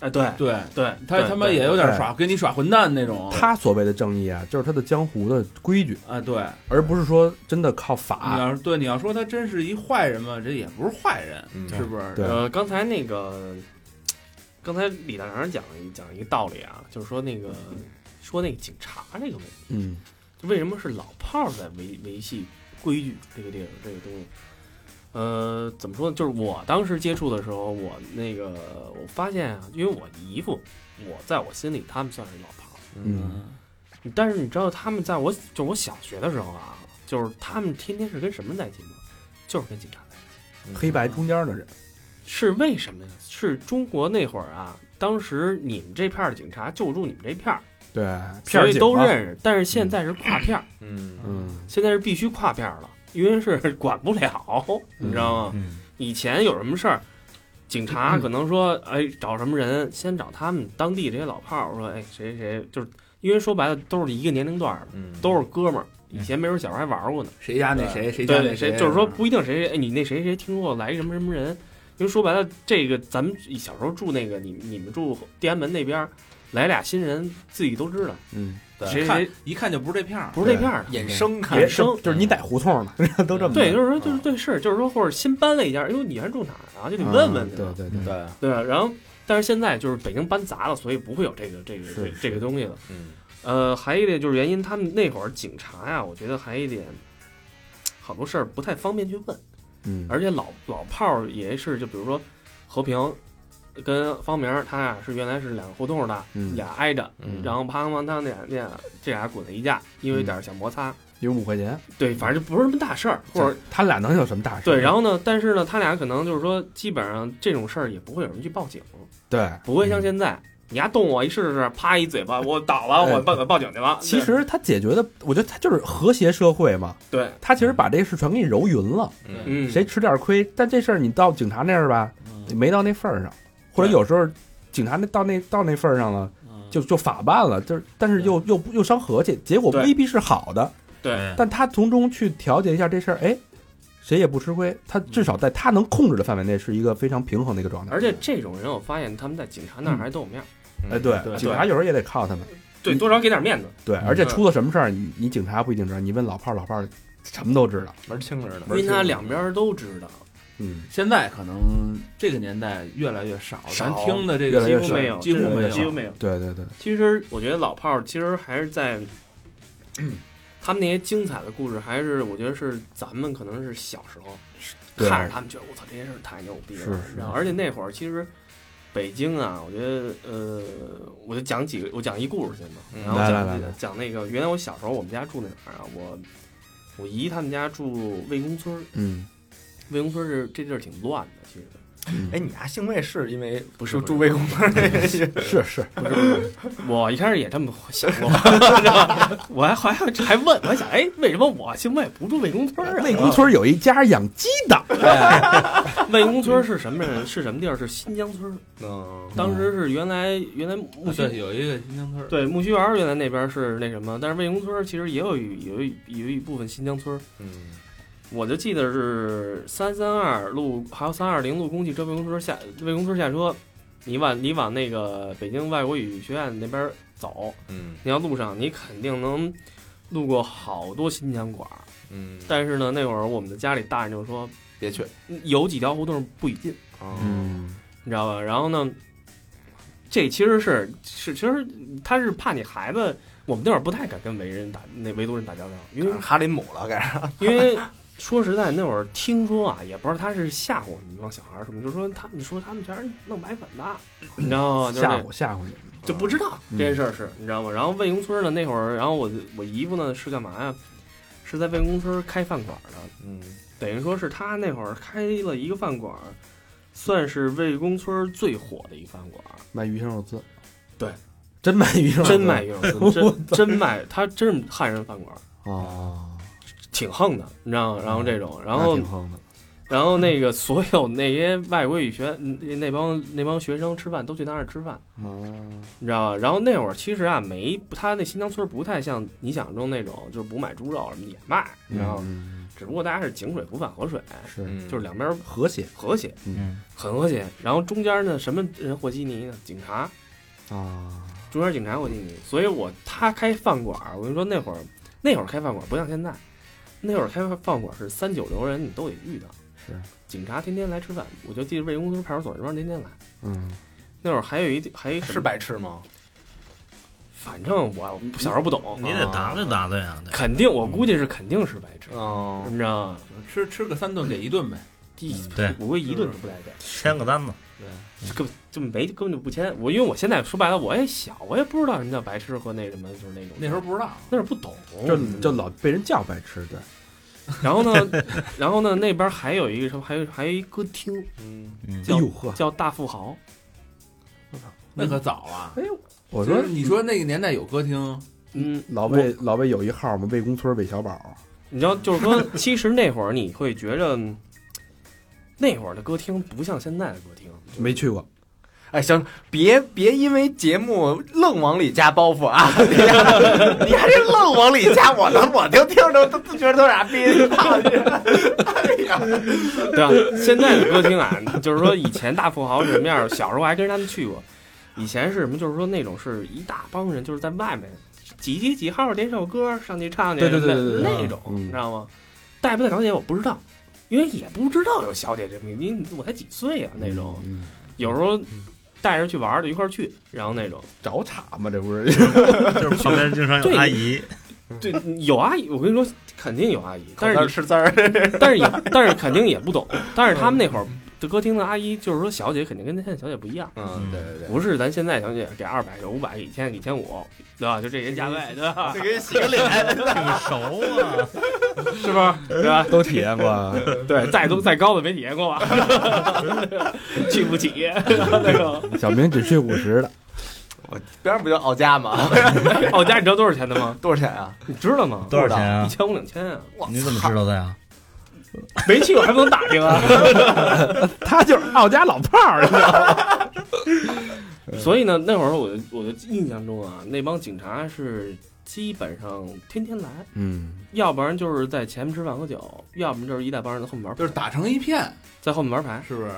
Speaker 3: 哎，对
Speaker 6: 对
Speaker 3: 对，
Speaker 6: 他
Speaker 3: 对
Speaker 6: 他妈
Speaker 3: 对
Speaker 6: 也有点
Speaker 2: 对
Speaker 6: 耍，跟你耍混蛋那种。
Speaker 2: 他所谓的正义啊，就是他的江湖的规矩，
Speaker 6: 啊，对，
Speaker 2: 而不是说真的靠
Speaker 3: 嗯
Speaker 6: 你
Speaker 3: 啊
Speaker 2: 法。
Speaker 6: 要是对你要说他真是一坏人嘛，这也不是坏人，
Speaker 4: 嗯
Speaker 6: 是不是？
Speaker 2: 对
Speaker 3: 呃，刚才那个，刚才李大良讲了一讲一个道理啊，就是说那个说那个警察这个问题，
Speaker 2: 嗯
Speaker 3: 就为什么是老炮儿在维维系规矩这个地儿这个东西？呃，怎么说呢？就是我当时接触的时候，我那个我发现啊，因为我姨父，我在我心里他们算是老炮儿，
Speaker 2: 嗯，
Speaker 3: 但是你知道他们在我就我小学的时候啊，就是他们天天是跟什么在一起吗？就是跟警察在一起。
Speaker 2: 黑白中间的
Speaker 3: 嗯
Speaker 2: 人，
Speaker 3: 是为什么呀？是中国那会儿啊，当时你们这片儿的警察就住你们这片儿，
Speaker 2: 对，
Speaker 3: 所以都
Speaker 2: 片儿警嘛啊
Speaker 3: 认识。但是现在是跨片儿，
Speaker 4: 嗯，
Speaker 2: 嗯，
Speaker 3: 现在是必须跨片儿了，因为是管不了，你知道吗？
Speaker 5: 嗯
Speaker 3: 以前有什么事儿，警察可能说，哎，找什么人，先找他们当地这些老炮儿，说，哎，谁谁，就是因为说白了都是一个年龄段儿的，
Speaker 4: 嗯
Speaker 3: 都是哥们儿。以前没准小时候还玩过呢，
Speaker 7: 谁家那谁谁家
Speaker 3: 对
Speaker 7: 那
Speaker 3: 谁就是说不一定谁谁，哎，你那谁谁听说来什么什么人？因为说白了，这个咱们小时候住那个，你你们住天安门那边儿，来俩新人，自己都知道，
Speaker 2: 嗯，
Speaker 4: 对
Speaker 3: 谁
Speaker 6: 看
Speaker 3: 谁
Speaker 6: 一看就不是这片儿。
Speaker 3: 不是这片儿的。
Speaker 4: 衍生
Speaker 2: 别
Speaker 4: 看
Speaker 2: 生就是你逮胡同了，都这么
Speaker 3: 对，就是说，就是对，是，就是说，或者新搬了一家，哎呦，你还住哪儿啊？就得
Speaker 2: 嗯
Speaker 3: 问问去
Speaker 2: 对
Speaker 3: 了，
Speaker 2: 对对，
Speaker 4: 对，
Speaker 3: 对啊吧？然后，但是现在就是北京搬砸了，所以不会有这个这个这这个东西了。
Speaker 4: 嗯
Speaker 3: 呃，还一点就是原因，他们那会儿警察呀，我觉得还一点，好多事儿不太方便去问。
Speaker 2: 嗯，
Speaker 3: 而且老老炮儿也是，就比如说和平跟方明儿，他俩是原来是两个胡同的，
Speaker 2: 嗯
Speaker 3: 俩挨着，
Speaker 4: 嗯
Speaker 3: 然后啪啪当俩那俩这俩滚了一架，因为有点小摩擦，
Speaker 2: 有五块钱，
Speaker 3: 对，反正就不嗯是什么嗯大事儿，或者
Speaker 2: 他俩能有什么大事？
Speaker 3: 对，然
Speaker 2: 后
Speaker 3: 后呢，但是呢，他俩可能就是说，基本上这种事儿也不会有人去报警，
Speaker 2: 对，
Speaker 3: 不会像现在。你丫动我一试试，啪一嘴巴，我倒了，我报报警去了。
Speaker 2: 其实他解决的，我觉得他就是和谐社会嘛，
Speaker 3: 对，
Speaker 2: 他其实把这事全给你揉匀了，
Speaker 4: 嗯
Speaker 3: 嗯，
Speaker 2: 谁吃点亏，但这事儿你到警察那儿吧，没到那份儿上，或者有时候警察那到那到那份儿上了，
Speaker 3: 嗯
Speaker 2: 就就法办了，就是但是又又又伤和气，结果
Speaker 3: 对
Speaker 2: 未必是好的，
Speaker 3: 对
Speaker 2: 但他从中去调节一下这事儿，哎，谁也不吃亏，他至少在他能控制的范围内是一个非常平衡的一个状态。
Speaker 3: 而且这种人，我发现他们在警察那儿还都有面儿，
Speaker 2: 哎，对，
Speaker 3: 对嗯
Speaker 2: 警察有时候也得靠他们，
Speaker 3: 嗯对，多少给点面子。
Speaker 2: 对，而且出了什么事儿，你你警察不一定知道，你问老炮儿，老炮儿什么都知道，
Speaker 4: 门儿清着呢
Speaker 3: 因，为他两边儿都知道，
Speaker 2: 嗯，
Speaker 6: 现在可能这个年代越来越少，咱
Speaker 3: 少
Speaker 6: 听的这
Speaker 2: 越
Speaker 6: 个
Speaker 2: 来
Speaker 6: 几
Speaker 2: 越
Speaker 6: 乎
Speaker 2: 少
Speaker 6: 没有，几乎没有，
Speaker 3: 几乎没有。
Speaker 2: 对对对，
Speaker 3: 其实我觉得老炮儿其实还是在， 他们那些精彩的故事，还是我觉得是咱们可能是小时候
Speaker 2: 对
Speaker 3: 看着他们，觉得我操这些事儿太牛逼了。
Speaker 2: 是是
Speaker 3: 然后而且那会儿其实北京啊，我觉得呃，我就讲几个，我讲一故事先吧。
Speaker 4: 嗯
Speaker 3: 然后
Speaker 2: 来
Speaker 3: 讲
Speaker 2: 来来来
Speaker 3: 讲那个原来我小时候我们家住那哪儿啊？我我姨他们家住魏公村儿，
Speaker 2: 嗯，
Speaker 3: 魏公村儿是这地儿挺乱的，其实。
Speaker 2: 嗯
Speaker 4: 哎，你家姓魏是因为
Speaker 3: 不是
Speaker 4: 住
Speaker 3: 不是
Speaker 4: 住魏 公门那个
Speaker 2: 是是，
Speaker 3: 我一开始也这么想过，我还还还问，我还想，哎，为什么我姓魏不住魏公村啊？
Speaker 2: 魏公 村有一家养鸡 的，哎
Speaker 3: 魏公村是什么人？是什么地儿？是新疆村。
Speaker 4: 嗯
Speaker 3: 当时是原来原来木
Speaker 6: 啊
Speaker 3: 须
Speaker 6: 对，有一个新疆村儿，
Speaker 3: 对木须园儿原来那边是那什么，但是魏公村其实也有一有一有一部分新疆村。
Speaker 4: 嗯
Speaker 3: 我就记得是三三二路还有三二零路公汽车魏公村下魏公村下车，你往你往那个北京外国语学院那边走，
Speaker 4: 嗯
Speaker 3: 你要路上，你肯定能路过好多新疆馆儿。
Speaker 4: 嗯，
Speaker 3: 但是呢，那会儿我们的家里大人就说，
Speaker 4: 别去，
Speaker 3: 嗯有几条胡同不许进，
Speaker 2: 嗯，
Speaker 3: 你知道吧？然后呢，这其实是是其实他是怕你孩子，我们那会儿不太敢跟维人打那维族人打交道，因 为
Speaker 4: 哈林姆了，该是
Speaker 3: 因为说实在，那会儿听说啊，也不知道他是吓唬我们这帮小孩儿什么，就说他们说他们全是弄白粉的，你知道哦吗？就是
Speaker 2: 吓
Speaker 3: 那
Speaker 2: 唬吓唬你，
Speaker 3: 就不知道
Speaker 2: 嗯
Speaker 3: 这件事儿是，你知道吗？然后魏公村呢，那会儿，然后我我姨夫呢是干嘛呀？是在魏公村开饭馆的，
Speaker 4: 嗯
Speaker 3: 等于说是他那会儿开了一个饭馆，算是魏公村最火的一饭馆，
Speaker 2: 卖鱼香肉丝，
Speaker 3: 对，
Speaker 2: 真卖鱼香肉丝，
Speaker 3: 真卖鱼肉丝， 真真卖，他真是汉人饭馆，
Speaker 2: 哦，
Speaker 3: 挺横的，你知道吗？然后这种，然
Speaker 2: 那
Speaker 3: 后
Speaker 2: 挺横的，
Speaker 3: 然后那个所有那些外国语学嗯那帮那帮学生吃饭都去他那儿吃饭，
Speaker 2: 哦，
Speaker 3: 你知道吧？然后那会儿其实啊，没他那新疆村不太像你想象中那种，就是不买猪肉什么也卖，你知道吗？
Speaker 2: 嗯，
Speaker 3: 只不过大家是井水不犯河水，
Speaker 2: 是
Speaker 4: 嗯，
Speaker 3: 就是两边
Speaker 2: 和谐
Speaker 3: 和谐，
Speaker 2: 嗯，
Speaker 3: 很和谐。然后中间呢，什么人和稀泥呢？警察，
Speaker 2: 啊，
Speaker 3: 中间警察和稀泥。所以我他开饭馆儿，我跟你说那会儿那会儿开饭馆儿不像现在，那会儿开饭馆儿是三九流人你都得遇到，
Speaker 2: 是
Speaker 3: 警察天天来吃饭。我就记得魏公村派出所那边儿天天来，
Speaker 2: 嗯，
Speaker 3: 那会儿还有一还有一什么
Speaker 4: 是白痴吗？
Speaker 3: 反正我小时候不懂，
Speaker 5: 你得打扮打扮呀，得
Speaker 3: 肯定我估计是肯定是白痴，
Speaker 4: 哦
Speaker 3: 你知道吗？
Speaker 6: 吃吃个三顿给一顿呗。
Speaker 3: 第
Speaker 5: 对
Speaker 3: 我估计一顿都不带给，
Speaker 5: 签个单子，
Speaker 3: 就根本就没根本就不签。我因为我现在说白了，我也小，我也不知道什么叫白痴和那什么，就是那种
Speaker 6: 那时候不知道，
Speaker 3: 那时候不懂，
Speaker 2: 就就老被人叫白痴，对，
Speaker 3: 然后呢， 然后呢，那边还有一个什么，还有还有一歌厅
Speaker 4: 嗯，
Speaker 2: 哎
Speaker 3: 叫
Speaker 2: 呦呵，
Speaker 3: 叫大富豪，
Speaker 6: 那可早了。
Speaker 2: 我
Speaker 6: 就
Speaker 2: 说
Speaker 6: 是你说那个年代有歌厅，
Speaker 3: 嗯，
Speaker 2: 老魏老魏有一号嘛，魏公村魏小宝，
Speaker 3: 你知道，就是说，其实那会儿你会觉着，嗯那会儿的歌厅不像现在的歌厅，
Speaker 2: 没去过，
Speaker 4: 哎，行，别别因为节目愣往里加包袱啊！ 你看你还是愣往里加，我能我听听着都都觉得都傻逼。
Speaker 3: 对啊，现在的歌厅啊， 就是说以前大富豪是什么样儿，小时候我还跟着他们去过。以前是什么？就是说那种是一大帮人，就是在外面几几几号点首歌上去唱去，
Speaker 2: 对对对
Speaker 3: 什么
Speaker 2: 对对
Speaker 3: 的
Speaker 2: 对
Speaker 3: 那种，
Speaker 2: 嗯
Speaker 3: 你知道吗？带不带小姐我不知道，因为也不知道有小姐这名，因为我才几岁啊那种。
Speaker 2: 嗯
Speaker 3: 有时候带着去玩儿的一块儿去，然后那种
Speaker 2: 找茬嘛，这不是？
Speaker 5: 就是旁边经常有阿姨，
Speaker 3: 对有阿姨，我跟你说肯定有阿姨，但是
Speaker 4: 吃字儿，
Speaker 3: 但是也但是肯定也不懂，但是他们那会儿的歌厅的阿姨就是说小姐肯定跟现在小姐不一样。
Speaker 4: 嗯，对对对，
Speaker 3: 不是咱现在想起给二百个五百一千一千五，对吧？就这些价位，对吧？
Speaker 4: 这给洗个脸，
Speaker 5: 挺熟啊。
Speaker 3: 是吧？对吧？
Speaker 2: 都体验过，啊
Speaker 3: 对，再都再高的没体验过吧？ 去不起， 那个。
Speaker 2: 小明只去五十的，
Speaker 4: 边上不就奥家吗？
Speaker 3: 奥哦家你知道多少钱的吗？
Speaker 4: 多少钱啊？
Speaker 3: 你知道吗？
Speaker 5: 多少钱
Speaker 3: 一
Speaker 5: 啊？
Speaker 3: 千五两千啊！
Speaker 5: 你怎么知道的呀？
Speaker 3: 没去过还不能打听啊！
Speaker 2: 他就是奥家老炮儿，你知道吗
Speaker 3: 所以呢，那会儿我就我就印象中啊，那帮警察是基本上天天来，
Speaker 2: 嗯，
Speaker 3: 要不然就是在前面吃饭喝酒，要不然就是一大帮人在后面玩牌，
Speaker 6: 就是打成一片，
Speaker 3: 在后面玩牌，
Speaker 6: 是不是？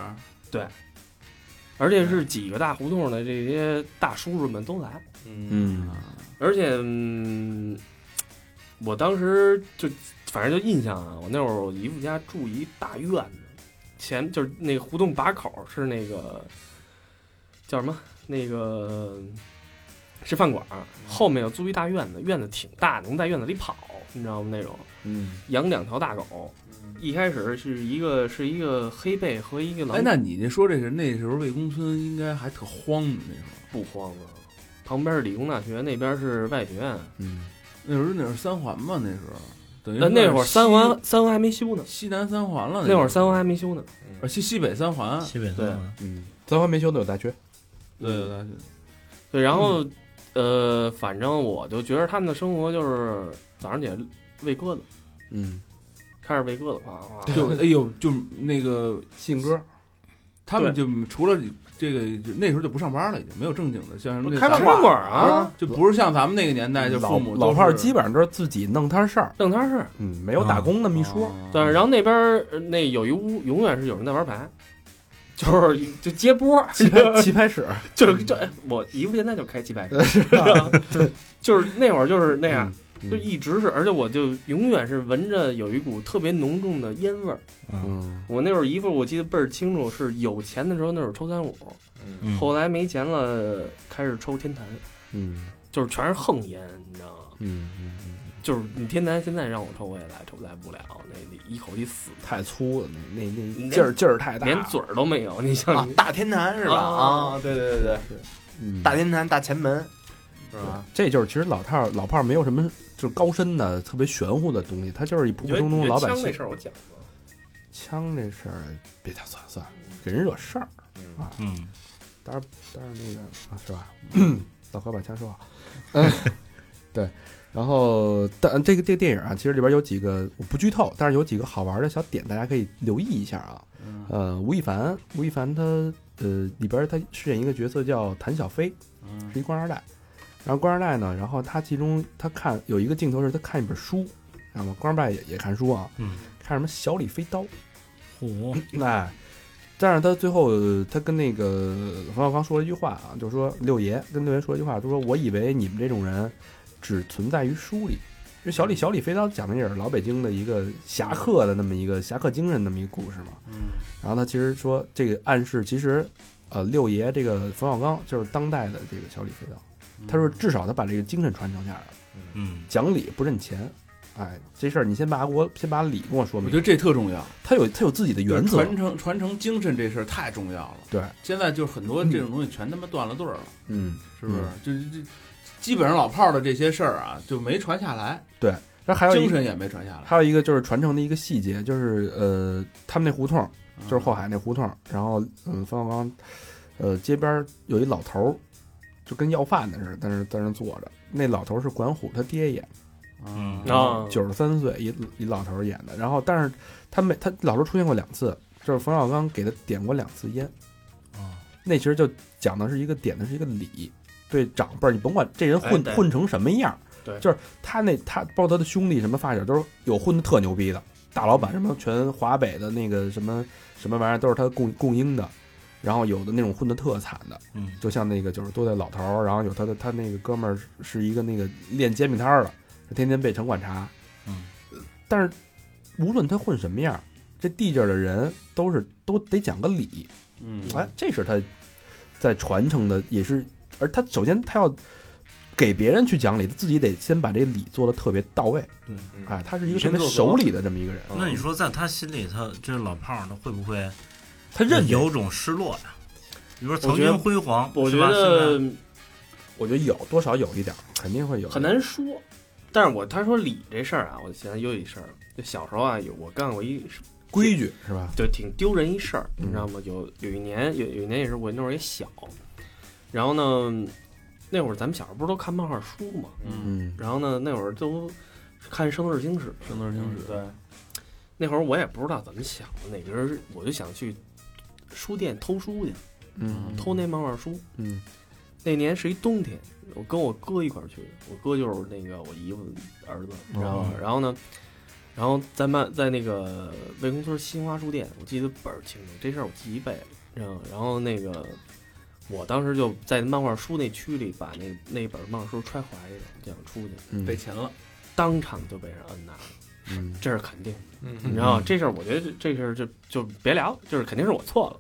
Speaker 3: 而且是几个大胡同的这些大叔叔们都来。
Speaker 4: 嗯，
Speaker 2: 嗯，
Speaker 3: 而且、嗯、我当时就反正就印象啊，我那会儿我姨父家住一大院子，前就是那个胡同把口是那个叫什么那个是饭馆儿，
Speaker 6: 嗯
Speaker 3: 后面又租一大院子，院子挺大，能在院子里跑，你知道吗？那种，嗯，养两条大狗。一开始是一个是一个黑背和一个狼，
Speaker 6: 哎，那你这说这个那时候魏公村应该还特荒的那时候，
Speaker 3: 不慌啊！旁边是理工大学，那边是外学院。
Speaker 6: 那时候那是三环嘛，那时候等于
Speaker 3: 那呃那会儿
Speaker 6: 西
Speaker 3: 三环三环还没修呢，
Speaker 6: 西南三环了，
Speaker 3: 那会儿三环还没修呢。
Speaker 6: 呃西西北三环，
Speaker 5: 西北的吗
Speaker 2: 三环没修的有大学，
Speaker 6: 对对对，
Speaker 3: 对，然后、
Speaker 6: 嗯
Speaker 3: 呃，反正我就觉得他们的生活就是早上起来喂鸽子，
Speaker 2: 嗯，
Speaker 3: 开始喂鸽子，哗哗哗。
Speaker 6: 就哎呦，就那个
Speaker 2: 信鸽，
Speaker 6: 他们就除了这个，就那时候就不上班了，已经没有正经的，像什么那
Speaker 3: 开
Speaker 6: 咱
Speaker 3: 饭
Speaker 6: 们
Speaker 3: 馆儿啊，
Speaker 6: 就不是像咱们那个年代，就
Speaker 2: 老
Speaker 6: 父母
Speaker 2: 老炮儿基
Speaker 6: 基
Speaker 2: 本上都是自己弄摊事儿，
Speaker 3: 正摊事。
Speaker 2: 嗯，没有打工那么一说，
Speaker 6: 啊
Speaker 3: 对，然后那边儿呃那有一屋，永远是有人在玩牌， 就是就接波儿，
Speaker 2: 棋牌棋牌室，
Speaker 3: 就是这我姨夫现在就开棋牌室，啊 就是那会儿就是那样，
Speaker 2: 嗯
Speaker 3: 就一直是，而且我就永远是闻着有一股特别浓重的烟味儿。
Speaker 2: 嗯，
Speaker 3: 我那会儿姨夫我记得倍儿清楚，是有钱的时候那会儿抽三五，
Speaker 5: 嗯
Speaker 3: 后来没钱了开始抽天坛。
Speaker 2: 嗯
Speaker 3: 就是全是横烟，你知道吗？
Speaker 2: 嗯嗯，嗯
Speaker 3: 就是你天坛现在让我抽我也来，抽不来不了，那那一口气死，
Speaker 2: 太粗了，那那
Speaker 3: 连
Speaker 2: 劲儿劲儿太大，
Speaker 3: 连嘴，儿都没有。你想，
Speaker 4: 啊，大天坛是吧？
Speaker 3: 啊
Speaker 4: 啊，对对对对，
Speaker 2: 嗯，
Speaker 4: 大天坛大前门是吧？
Speaker 2: 这就是其实老炮儿老炮儿没有什么就是高深的特别玄乎的东西，他就是一普
Speaker 3: 你
Speaker 2: 普
Speaker 3: 觉得
Speaker 2: 通通的老百
Speaker 3: 枪那
Speaker 2: 姓。
Speaker 3: 事儿我讲过，
Speaker 2: 枪这事儿，别太算了算了，给人惹事儿。
Speaker 5: 嗯，
Speaker 2: 但是那个啊，是吧？ 老何把枪收好。嗯 对，然后但这个这个电影啊，其实里边有几个我不剧透，但是有几个好玩的小点，大家可以留意一下啊。呃，吴亦凡，吴亦凡他呃里边他饰演一个角色叫谭小飞，是一官二代。然后官二代呢，然后他其中他看有一个镜头是他看一本书，知道吗？官二代也也看书啊，
Speaker 5: 嗯，
Speaker 2: 看什么《小李飞刀》。
Speaker 5: 虎
Speaker 2: 哎，但是他最后呃他跟那个冯小刚说了一句话啊，就是说六爷跟六爷说了一句话，就说我以为你们这种人只存在于书里。就小
Speaker 6: 嗯
Speaker 2: 李小李飞刀讲的也是老北京的一个侠客的那么一个侠客精神那么一个故事嘛。嗯。然后他其实说这个暗示，其实呃六爷这个冯小刚就是当代的
Speaker 6: 嗯
Speaker 2: 这个小李飞刀。他说至少他把这个精神传承下来了，
Speaker 5: 嗯
Speaker 2: 讲理不认钱。哎，这事儿你先把我先把理跟我说
Speaker 6: 我
Speaker 2: 明
Speaker 6: 觉。得这特重要，
Speaker 2: 他有他有自己的原则，
Speaker 6: 传承传承精神这事儿太重要了。
Speaker 2: 对，
Speaker 6: 现在就是很多这种东西全他妈断了对儿了，
Speaker 2: 嗯，
Speaker 6: 是不是？就就基本上老炮儿的这些事儿啊，就没传下来，
Speaker 2: 然后还有一
Speaker 6: 精
Speaker 2: 个
Speaker 6: 神也没传下来。
Speaker 2: 还有一个就是传承的一个细节，就是呃，他们那胡同
Speaker 6: 嗯
Speaker 2: 就是后海那胡同，然后嗯，冯小刚，呃，街边儿有一老头儿，就跟要饭的似的，在那在那坐着。那老头儿是管虎他爹演，
Speaker 5: 嗯
Speaker 3: 啊，
Speaker 2: 九十三岁一一老头儿演的。然后，但是他没他老头儿出现过两次，就是冯小刚给他点过两次烟。
Speaker 5: 啊，
Speaker 2: 那其实就讲的是一个点的是一个理，对长辈儿，你甭管这人混、
Speaker 3: 哎对
Speaker 2: 混成什么样儿，
Speaker 3: 对
Speaker 2: 就是他那他包括他的兄弟什么发小都是有混的特牛逼的，大老板什么全华北的那个什么什么玩意儿都是他供供应的，然后有的那种混的特惨的，
Speaker 5: 嗯，
Speaker 2: 就像那个就是都在老头儿，然后有他的他那个哥们儿是一个那个练煎饼摊儿的，天天被城管查，
Speaker 5: 嗯，
Speaker 2: 但是无论他混什么样儿，这地界儿的人都是都得讲个理，
Speaker 6: 嗯，
Speaker 2: 哎，这是他在传承的，也是，而他首先他要给别人去讲理，他自己得先把这理做的特别到位。
Speaker 3: 嗯
Speaker 5: 对，
Speaker 2: 哎，他是一个
Speaker 4: 以身
Speaker 2: 特别
Speaker 4: 作则
Speaker 2: 守礼的这么一个人，
Speaker 5: 那你说在他心里，他这老炮儿他会不会
Speaker 2: 他认
Speaker 5: 有种失落呀？比如说曾
Speaker 3: 我觉得
Speaker 5: 经辉煌，
Speaker 3: 我觉
Speaker 5: 是吧
Speaker 3: 得
Speaker 5: 现
Speaker 2: 我觉得有多少有一点儿，肯定会有
Speaker 3: 很难说。但是我他说理这事儿啊，我想起又一事儿，就小时候啊，有我干过一
Speaker 2: 规矩是吧？
Speaker 3: 就挺丢人一事儿，
Speaker 2: 嗯
Speaker 3: 你知道吗？有有一年，有有一年也是我那会儿也小，然后呢，那会儿咱们小时候不是都看漫画书嘛，
Speaker 2: 嗯
Speaker 3: 然后呢，那会儿都看《圣斗士星矢》，
Speaker 6: 圣斗士星矢，
Speaker 4: 对，
Speaker 3: 那会儿我也不知道怎么想的，哪根儿我就想去书店偷书去，
Speaker 2: 嗯
Speaker 3: 偷那漫画书。
Speaker 2: 嗯
Speaker 3: 那年是一冬天，我跟我哥一块儿去的，我哥就是那个我姨夫的儿子，你知道吗？然后呢，然后在漫在那个魏公村新华书店，我记得倍儿清楚，这事儿我记一辈子。然后然后那个我当时就在漫画书那区里把那那本漫画书揣怀里了，就想出去，
Speaker 2: 嗯
Speaker 6: 被擒了，
Speaker 3: 当场就被人摁那儿了，
Speaker 2: 嗯
Speaker 3: 这是肯定的。你
Speaker 4: 嗯
Speaker 3: 知道吗这事儿，我觉得这这事儿就就别聊，就是肯定是我错了。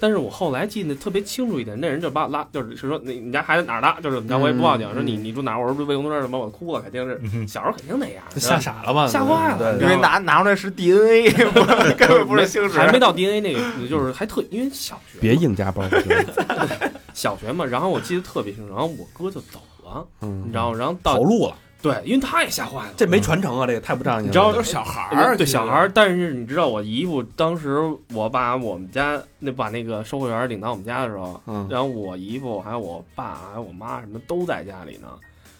Speaker 3: 但是我后来记得特别清楚一点，那人就把我拉，就是是说你你家孩子哪儿的，就是怎么着，我也不报警，
Speaker 2: 嗯
Speaker 3: 说你你住哪儿，我说住魏公村什么，我哭了，肯定是
Speaker 5: 嗯
Speaker 3: 小时候肯定那样，
Speaker 2: 这吓傻了吧？
Speaker 3: 吓坏了
Speaker 2: 对
Speaker 4: 因为拿拿出来是 DNA，不是根本不是星
Speaker 3: 还没
Speaker 4: 矢。
Speaker 3: 到 DNA 那个，就是还特因为小学
Speaker 2: 别硬加包袱，
Speaker 3: 小学嘛，然后我记得特别清楚，然后我哥就走了，
Speaker 2: 嗯
Speaker 3: 你知道吗？然后
Speaker 2: 跑
Speaker 3: 到
Speaker 2: 路了，
Speaker 3: 对，因为他也吓坏了，
Speaker 2: 这没传承啊，这个太不仗义了。
Speaker 3: 你知道呃
Speaker 6: 都是小孩儿，啊
Speaker 3: 对
Speaker 6: 其实
Speaker 3: 小孩儿，但是你知道我姨夫当时我把我们家那把那个售货员领到我们家的时候，
Speaker 2: 嗯
Speaker 3: 然后我姨夫还有我爸还有我妈什么都在家里呢，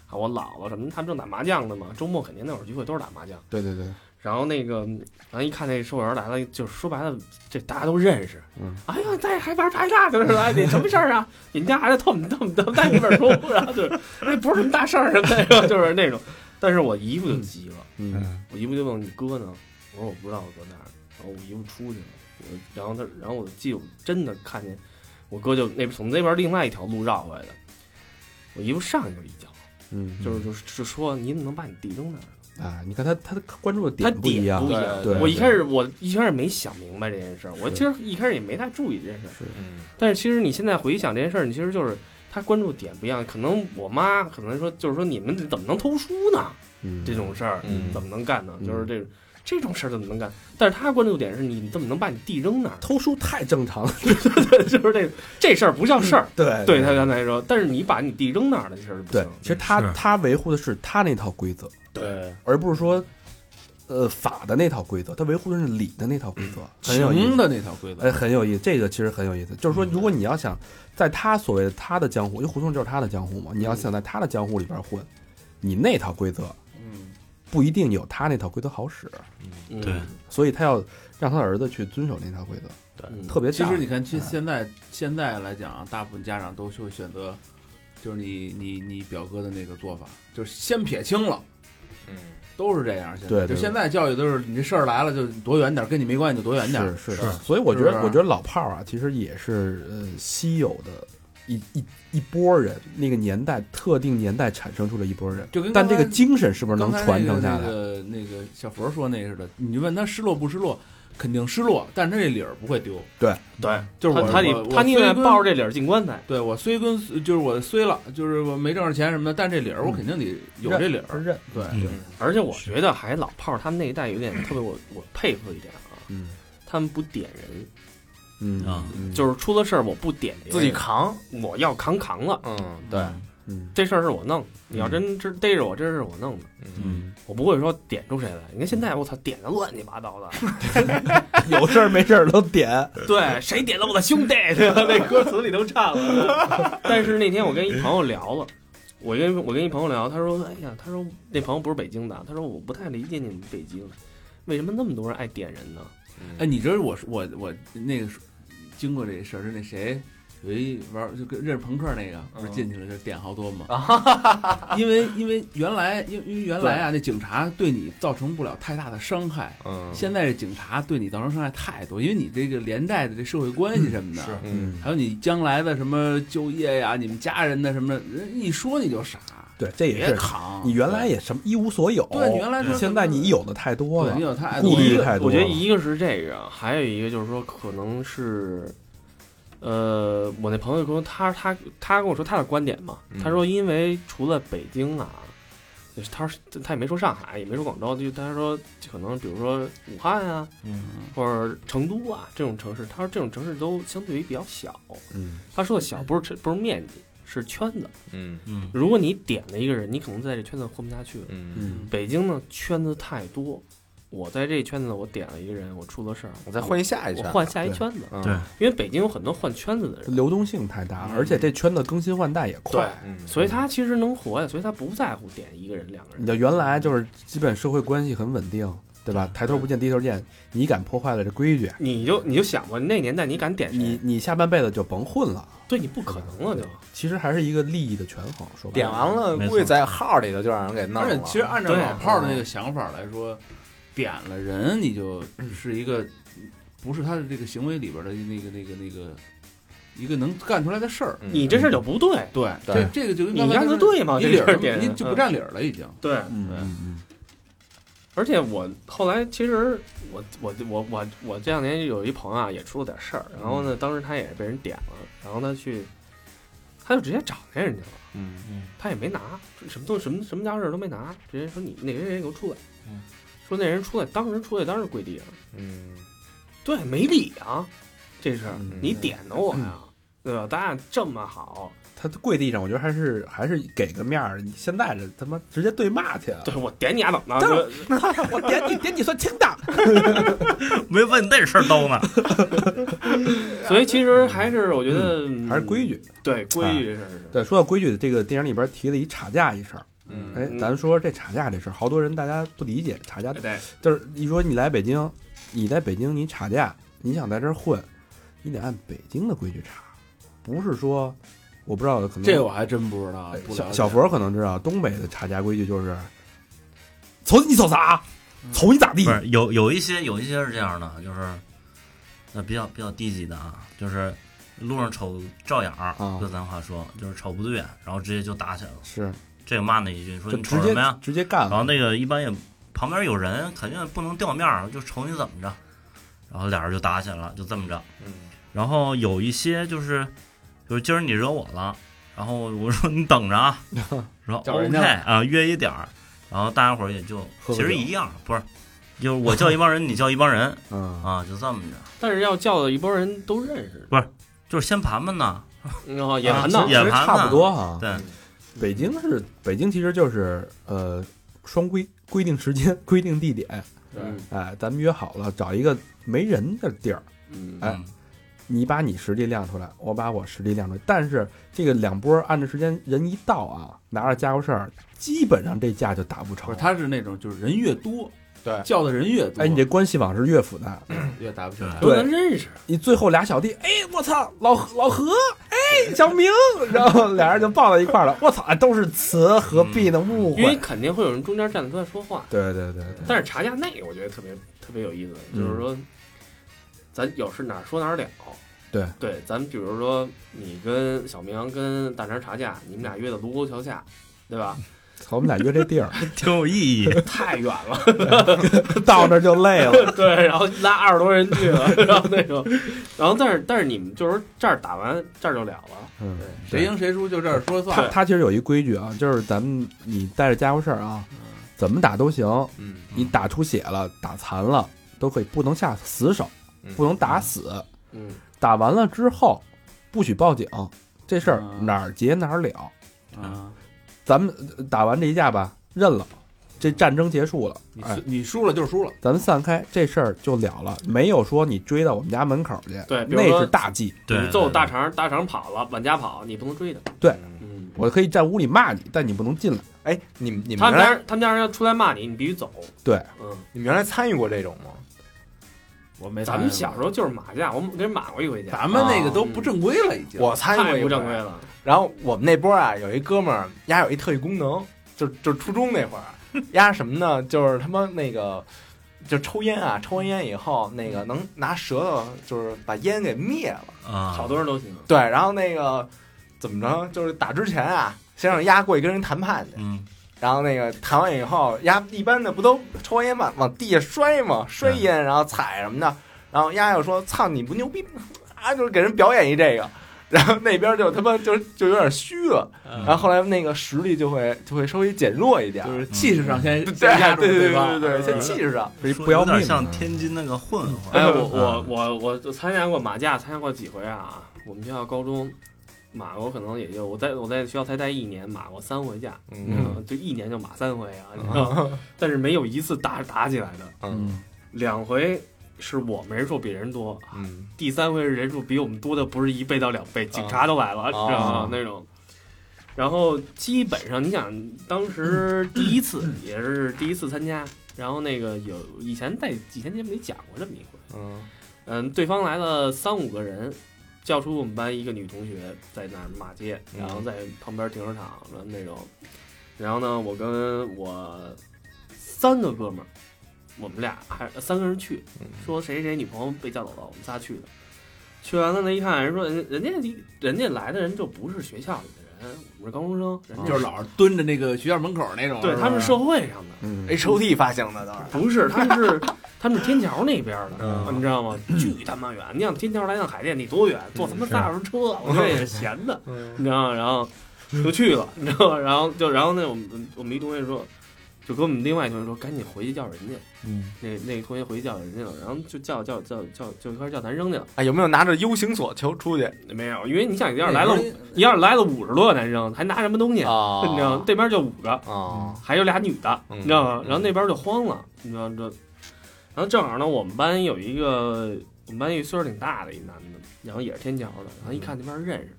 Speaker 3: 啊我姥姥什么他们正打麻将呢嘛，周末肯定那会儿聚会都是打麻将。
Speaker 2: 对对对，嗯
Speaker 3: 然后那个，然后一看那售货员来了，就是说白了，这大家都认识。
Speaker 2: 嗯
Speaker 3: 哎呀，在还玩牌呢，就是哎，你什么事儿啊？你们家孩子偷你偷你偷带你本书，然后就是哎，不是什么大事儿什么的， 就是那种。但是我姨夫就急了。
Speaker 2: 嗯
Speaker 3: 我姨夫就问你哥呢，我说我不知道我哥在哪儿，然后我姨夫出去了，我然后他，然后我记得我真的看见我哥就那从那边另外一条路绕回来的，我姨夫上去就一脚，
Speaker 2: 嗯，
Speaker 3: 就是就是就说你怎么能把你弟扔那儿了？
Speaker 2: 啊，你看他他关注的
Speaker 3: 他
Speaker 2: 点不一样
Speaker 3: 不一，样。
Speaker 2: 对
Speaker 3: 我一开始我一开始没想明白这件事儿，我其实一开始也没太注意这件事儿，但是其实你现在回想这件事儿，你其实就是他关注点不一样，可能我妈可能说就是说你们怎么能偷书呢？
Speaker 2: 嗯
Speaker 3: 这种事儿
Speaker 4: 嗯
Speaker 3: 怎么能干呢？
Speaker 2: 嗯？
Speaker 3: 就是这这种事儿怎么能干？但是他关注点是你怎么能把你弟扔那儿
Speaker 2: 偷书太正常了，
Speaker 3: 就是这这事儿不叫事儿，
Speaker 2: 嗯对
Speaker 3: 对他刚才说，但是你把你弟扔那儿了，这事儿就不
Speaker 2: 对
Speaker 3: 行。，
Speaker 2: 其实他
Speaker 5: 是
Speaker 2: 他维护的是他那套规则，
Speaker 3: 对，
Speaker 2: 而不是说，呃，法的那套规则，他维护的是理的那套规则，很有意
Speaker 6: 情
Speaker 2: 思。
Speaker 6: 的那嗯条规则
Speaker 2: 哎，，很有意思，这个其实很有意思。就是说，如果你要想在他所谓的他的江湖，因为胡同就是他的江湖嘛，你要想在他的江湖里边混，你那套规则
Speaker 6: 嗯，
Speaker 2: 不一定有他那套规则好使，
Speaker 3: 嗯
Speaker 5: 对，
Speaker 2: 所以他要让他儿子去遵守那套规则，
Speaker 3: 嗯
Speaker 2: 特别哎
Speaker 6: 其
Speaker 2: 大
Speaker 6: 实你看，现现在现在来讲啊，大部分家长都会选择，就是你你你表哥的那个做法，就是先撇清了，
Speaker 4: 嗯，
Speaker 6: 都是这样。现在
Speaker 2: 对对
Speaker 6: 就现在教育都是你这事儿来了就躲远点儿，跟你没关系就躲远点儿。
Speaker 2: 是是
Speaker 5: 是
Speaker 2: 所以我觉
Speaker 6: 是
Speaker 2: 得，
Speaker 6: 不是
Speaker 2: 我觉得老炮儿啊，其实也是呃稀有的一一一波人，那个年代特定年代产生出了一波人，
Speaker 6: 就跟
Speaker 2: 但
Speaker 6: 刚
Speaker 2: 这个
Speaker 6: 才
Speaker 2: 精神是不是能
Speaker 6: 刚才
Speaker 2: 传承下
Speaker 6: 那
Speaker 2: 来？
Speaker 6: 个那个那个小佛说那似的，你问他失落不失落，肯定失落，但是他这理儿不会丢，
Speaker 3: 对，
Speaker 6: 就是我
Speaker 3: 他他
Speaker 6: 我
Speaker 3: 得
Speaker 6: 我
Speaker 3: 他宁愿
Speaker 6: 虽跟
Speaker 3: 抱着这理儿进棺材。
Speaker 6: 对我虽跟就是我虽了，就是我没挣着钱什么的，但这理儿我肯定
Speaker 2: 嗯
Speaker 6: 得有这理儿。
Speaker 2: 认
Speaker 6: 对，
Speaker 5: 嗯
Speaker 3: 而且我觉得还老炮儿他们那一代有点特别我，我佩服一点啊，
Speaker 2: 嗯
Speaker 3: 他们不点人，
Speaker 2: 嗯
Speaker 5: 啊
Speaker 2: 嗯
Speaker 3: 就是出了事儿我不点别人
Speaker 4: 自己， 扛，
Speaker 3: 我要扛扛了，
Speaker 4: 嗯，对，
Speaker 2: 嗯
Speaker 3: 这事儿是我弄，你要真真逮着我，这事儿是我弄的，
Speaker 4: 嗯，
Speaker 3: 我不会说点出谁来。你看现在我操点的乱七八糟的，
Speaker 2: 有事儿没事儿都点，
Speaker 3: 对，谁点了我的兄弟？对吧？那歌词里都唱了。 但是那天我跟一朋友聊了，我跟我跟一朋友聊，他说：“哎呀，他说那朋友不是北京的，他说我不太理解你们北京，为什么那么多人爱点人呢？
Speaker 2: 嗯
Speaker 6: 哎，你知道我我我那个经过这事儿，是那谁有一玩就跟认识朋克那个，
Speaker 2: 嗯
Speaker 6: 不是进去了就点好多嘛？
Speaker 2: 啊
Speaker 6: 因为因为原来因为因为原来啊，那警察对你造成不了太大的伤害。
Speaker 4: 嗯，
Speaker 6: 现在这警察对你造成伤害太多，因为你这个连带的这社会关系什么的，
Speaker 5: 是
Speaker 4: 嗯，
Speaker 6: 还有你将来的什么就业呀、你们家人的什么的，人一说你就傻，
Speaker 2: 对，这也
Speaker 6: 别
Speaker 2: 是
Speaker 6: 扛。
Speaker 2: 你原来也什么一无所有，
Speaker 6: 对，你原来说
Speaker 2: 现在你有的太多
Speaker 6: 对
Speaker 2: 了
Speaker 6: 你，有太
Speaker 2: 顾
Speaker 6: 多
Speaker 2: 虑
Speaker 6: 了
Speaker 2: 太多
Speaker 3: 我
Speaker 2: 了。
Speaker 3: 觉得一个是这个，啊还有一个就是说可能是。”呃，我那朋友跟我他他他跟我说他的观点嘛，
Speaker 4: 嗯
Speaker 3: 他说因为除了北京啊，就是他说他也没说上海，也没说广州，就他说可能比如说武汉啊，
Speaker 5: 嗯，
Speaker 3: 或者成都啊这种城市，他说这种城市都相对于比较小。
Speaker 2: 嗯，
Speaker 3: 他说的小不是城不是面积，是圈子。
Speaker 4: 嗯
Speaker 5: 嗯
Speaker 3: 如果你点了一个人，你可能在这圈子混不下去。
Speaker 4: 嗯，
Speaker 2: 嗯
Speaker 3: 北京呢圈子太多，我在这圈子我点了一个人，我出了事儿，
Speaker 4: 我再换一下一
Speaker 3: 我
Speaker 4: 圈，
Speaker 3: 换下一圈子，
Speaker 4: 嗯，
Speaker 5: 对
Speaker 3: 因为北京有很多换圈子的人，
Speaker 2: 流动性太大了，
Speaker 6: 嗯
Speaker 2: 而且这圈子更新换代也快。
Speaker 4: 嗯，
Speaker 3: 所以他其实能活呀，所以他不在乎点一个人两个
Speaker 2: 你
Speaker 3: 人。
Speaker 2: 的原来就是基本社会关系很稳定，对吧？抬头不见低头见，你敢破坏了这规矩，
Speaker 3: 你就你就想吧，那年代你敢点谁？
Speaker 2: 你你下半辈子就甭混了。
Speaker 3: 对你不可能了就。
Speaker 2: 其实还是一个利益的权衡，说白
Speaker 4: 点
Speaker 2: 了，
Speaker 4: 完了，
Speaker 5: 没错
Speaker 4: 估计在号里头就让人给弄
Speaker 6: 而
Speaker 4: 了
Speaker 6: 且。其实按照
Speaker 3: 对
Speaker 6: 老炮儿的那个想法来说，点了人你就是一个嗯不是他的这个行为里边的那个那个那个一个能干出来的事儿。
Speaker 4: 嗯
Speaker 3: 你这事儿就不对，
Speaker 6: 对，
Speaker 4: 对
Speaker 6: 这这个就跟
Speaker 3: 你丫
Speaker 6: 刚才
Speaker 3: 的对吗？
Speaker 6: 你
Speaker 3: 这
Speaker 6: 理
Speaker 3: 事
Speaker 6: 儿
Speaker 3: 儿点
Speaker 6: 你
Speaker 3: 人
Speaker 6: 就不
Speaker 3: 嗯
Speaker 6: 占理儿了已经。
Speaker 3: 对，
Speaker 2: 嗯
Speaker 6: 对
Speaker 2: 嗯嗯，
Speaker 3: 而且我后来其实我我我我我这两年有一朋友啊也出了点事
Speaker 2: 嗯
Speaker 3: 儿，然后呢，当时他也是被人点了，然后他去，他就直接找那人去了，
Speaker 4: 嗯
Speaker 5: 嗯
Speaker 3: 他也没拿什么东什么什么家伙事儿都没拿，直接说你那人谁给我出来
Speaker 5: 嗯，
Speaker 3: 说那人出来当时出来当时跪地上，
Speaker 4: 嗯，
Speaker 3: 对，没理啊，这事儿
Speaker 2: 嗯
Speaker 3: 你点的我呀，对吧？咱俩这么好，
Speaker 2: 他跪地上，我觉得还是还是给个面儿。你现在这他妈直接对骂去了，
Speaker 3: 对我点你丫怎么
Speaker 2: 啊当
Speaker 3: 了？
Speaker 2: 我 点你点你算轻的。
Speaker 5: 没问你那事儿兜呢，
Speaker 3: 所以其实还是我觉得
Speaker 2: 还是规，矩。
Speaker 3: 嗯对规矩这事儿是。
Speaker 2: 对，说到规矩，这个电影里边提了一吵架一事儿。
Speaker 4: 嗯
Speaker 2: 哎，
Speaker 3: 嗯
Speaker 2: 咱说这吵架这事儿，好多人大家不理解吵架
Speaker 3: 对，
Speaker 2: 就是你说你来北京，你在北京你吵架，你想在这儿混，你得按北京的规矩查，不是说我不知道，可能
Speaker 6: 这我还真不知道
Speaker 2: 嗯哎，
Speaker 6: 不了
Speaker 2: 小
Speaker 6: 解
Speaker 2: 小佛可能知道，东北的查家规矩就是，瞅你瞅啥，
Speaker 5: 嗯
Speaker 2: 瞅你咋地
Speaker 5: 不，是有有一些有一些是这样的，就是呃比较比较低级的啊，就是路上瞅照眼儿
Speaker 2: 啊，
Speaker 5: 就咱话说，就是瞅不对眼，然后直接就打起来了。
Speaker 2: 是
Speaker 5: 这个骂那一句，说
Speaker 2: 就
Speaker 5: 你嗯瞅
Speaker 2: 直
Speaker 5: 什
Speaker 2: 接
Speaker 5: 么呀？
Speaker 2: 直接干
Speaker 5: 然后
Speaker 2: 了，
Speaker 5: 那个一般也旁边有人，肯定不能掉面儿，就瞅你怎么着，然后俩人就打起来了，就这么着。
Speaker 4: 嗯
Speaker 5: 然后有一些就是，就是今儿你惹我了，然后我说你等着啊，然后
Speaker 6: 叫人
Speaker 5: OK
Speaker 6: 家了
Speaker 5: 啊，约一点儿，然后大家伙儿也就
Speaker 2: 喝
Speaker 5: 其
Speaker 2: 个酒
Speaker 5: 实一样，不是，就是我叫一帮人，你叫一帮人
Speaker 2: 嗯，
Speaker 5: 啊，就这么着，
Speaker 3: 但是要叫的一波人都认识，
Speaker 5: 就是先盘盘呢，
Speaker 3: 然嗯后也
Speaker 5: 啊
Speaker 3: 盘
Speaker 5: 那
Speaker 3: 道
Speaker 2: 其实
Speaker 5: 也盘
Speaker 2: 差
Speaker 5: 呢
Speaker 2: 不多啊哈。
Speaker 5: 对，
Speaker 2: 嗯北京是北京，其实就是呃双规规定时间、 规定地点，
Speaker 6: 对
Speaker 2: 哎，咱们约好了，找一个没人的地儿，
Speaker 3: 嗯
Speaker 2: 哎
Speaker 5: 嗯，
Speaker 2: 你把你实力亮出来，我把我实力亮出来。但是这个两波按着时间人一到啊，拿着家伙事儿，基本上这架就打不成。
Speaker 6: 不是，他是那种就是人越多，
Speaker 4: 对
Speaker 6: 叫的人越多，
Speaker 2: 哎，你这关系网是越复杂。
Speaker 6: 越打不起来。
Speaker 3: 都能认识，
Speaker 2: 你最后俩小弟，哎，我操，老老何，哎，小明，然后俩人就抱到一块儿了。我操，都是词，何必呢？误
Speaker 3: 因为
Speaker 2: 会。
Speaker 3: 肯定会有人中间站得出来说话。
Speaker 2: 对对对对，
Speaker 3: 但是查价那个我觉得特别特别有意思，
Speaker 2: 嗯
Speaker 3: 就是说，咱有事哪儿说哪儿了，
Speaker 2: 对
Speaker 3: 对，咱们比如说你跟小明跟大肠查架，你们俩约的卢沟桥下，对 吧？
Speaker 2: 操，我们俩约这地儿，
Speaker 5: 挺有意义。
Speaker 3: 太远了，
Speaker 2: 到那儿就累了。
Speaker 3: 对，然后拉二十多人去了，然后那种，然后但是但是你们就是这儿打完这儿就了了，
Speaker 2: 嗯，
Speaker 6: 谁赢谁输就这儿说算
Speaker 2: 他
Speaker 6: 了。
Speaker 2: 他其实有一规矩啊，就是咱们你带着家伙事儿啊，怎么打都行，
Speaker 4: 嗯，
Speaker 2: 你打出血了、打残了都可以，不能下死手，
Speaker 4: 嗯
Speaker 2: 不能打死。
Speaker 3: 嗯，
Speaker 2: 打完了之后不许报警，这事儿
Speaker 6: 啊
Speaker 2: 哪儿结哪儿了。
Speaker 6: 啊，
Speaker 2: 咱们呃打完这一架吧，认了，这战争结束了，
Speaker 6: 你
Speaker 2: 哎
Speaker 6: 输，你输了就是输了。
Speaker 2: 咱们散开，这事儿就了了，没有说你追到我们家门口去，
Speaker 3: 对比如
Speaker 2: 那
Speaker 3: 说
Speaker 2: 是大忌。
Speaker 5: 对，
Speaker 3: 你揍大肠，大肠跑了，往家跑，你不能追他，
Speaker 4: 嗯
Speaker 3: 嗯，
Speaker 2: 我可以在屋里骂你，但你不能进来。
Speaker 4: 哎，你们你们
Speaker 3: 他
Speaker 4: 原
Speaker 3: 们家
Speaker 4: 来
Speaker 3: 人他们家人要出来骂你，你必须走，
Speaker 2: 对，
Speaker 3: 嗯，
Speaker 4: 你们原来参与过这种吗？
Speaker 6: 我没
Speaker 3: 咱们小时候就是马架，我们跟人马过一回架，
Speaker 6: 咱们那个都不正规了，已经。
Speaker 4: 我参与过
Speaker 3: 太
Speaker 4: 一
Speaker 3: 不
Speaker 4: 回
Speaker 3: 正规了，
Speaker 4: 然后我们那波啊，有一哥们儿，丫有一特异功能，就就初中那会儿，丫什么呢？就是他妈那个，就抽烟啊，抽完烟以后，那个能拿舌头就是把烟给灭了。
Speaker 5: 啊，
Speaker 3: 好多人都行，
Speaker 4: 对，然后那个怎么着，就是打之前啊，先让丫过去跟人谈判去。
Speaker 5: 嗯，
Speaker 4: 然后那个谈完以后，丫一般的不都抽完烟往往地下摔吗？摔烟，然后踩什么的。然后丫又说：“操，你不牛逼吗啊！”就是给人表演一这个。然后那边就他妈就就有点虚了，然后后来那个实力就会就会稍微减弱一点，
Speaker 2: 啊
Speaker 6: 就是气势上先
Speaker 4: 对
Speaker 6: 先压
Speaker 4: 对
Speaker 6: 住
Speaker 4: 对对
Speaker 6: 方
Speaker 4: 对对，先气势上，
Speaker 2: 这
Speaker 5: 说
Speaker 2: 不要
Speaker 5: 有
Speaker 2: 命
Speaker 5: 点
Speaker 2: 的
Speaker 5: 像天津那个混混
Speaker 3: 哎，
Speaker 5: 儿，
Speaker 3: 我我我我就参加过马架，参加过几回啊。我们学校高中马过，可能也就我在我在学校才待一年，马过三回架，
Speaker 4: 嗯
Speaker 3: 就一年就马三回啊，你知道吗？ 但是没有一次打打起来的，
Speaker 4: 嗯
Speaker 3: 两回是我们人数比人多，
Speaker 4: 嗯
Speaker 3: 第三回是人数比我们多的不是一倍到两倍，警察都
Speaker 4: 啊
Speaker 3: 来了，你知道吗？那种。然后基本上，你想当时第一次也是第一次参加，然后那个有以前在以前节目里讲过这么一回。
Speaker 4: 嗯
Speaker 3: 嗯，对方来了三五个人，叫出我们班一个女同学在那儿骂街，
Speaker 4: 嗯
Speaker 3: 然后在旁边停车场什么那种。然后呢，我跟我三个哥们儿，我们俩还三个人去，说谁谁女朋友被叫走了，我们仨去的。去完了呢，一看人说人人家人家来的人就不是学校里的人，我们是高中生，人家
Speaker 6: 就是老是蹲着那个学校门口那种。
Speaker 3: 对
Speaker 6: 是
Speaker 3: 他
Speaker 6: 吧
Speaker 3: 们是社会上的，
Speaker 2: 嗯，
Speaker 4: ，H O T 发行的都
Speaker 3: 不是，
Speaker 4: 是，
Speaker 3: 他们是他们是天桥那边的，
Speaker 5: 嗯
Speaker 3: 你知道吗？巨他妈远！你想天桥来趟海淀得多远？坐他妈大众车，我觉得 也是闲的，
Speaker 4: 嗯
Speaker 3: 你知道吗？然后就去了，你知道吗？然后就然后那我们我们一同学说，就跟我们另外一同学说，赶紧回去叫人家。
Speaker 2: 嗯，
Speaker 3: 那那同学回去叫人家了，然后就叫叫叫叫就一块叫男生去了。
Speaker 4: 哎，有没有拿着 U 型锁球出去
Speaker 3: 没有，哦因为你想，你要是来
Speaker 6: 那
Speaker 3: 了
Speaker 6: 会，儿
Speaker 3: 你要是来了五十多个男生，还拿什么东西？
Speaker 4: 啊
Speaker 3: 你知道吗？对面就五个，
Speaker 4: 啊，
Speaker 3: 还有俩女的，
Speaker 4: 嗯
Speaker 3: 你知道吗？
Speaker 4: 嗯
Speaker 3: 然后那边就慌了，你知道这，然后正好呢，我们班有一个，我们班有一岁数挺大的一男的，然后也是天桥的，然后一看那边认识，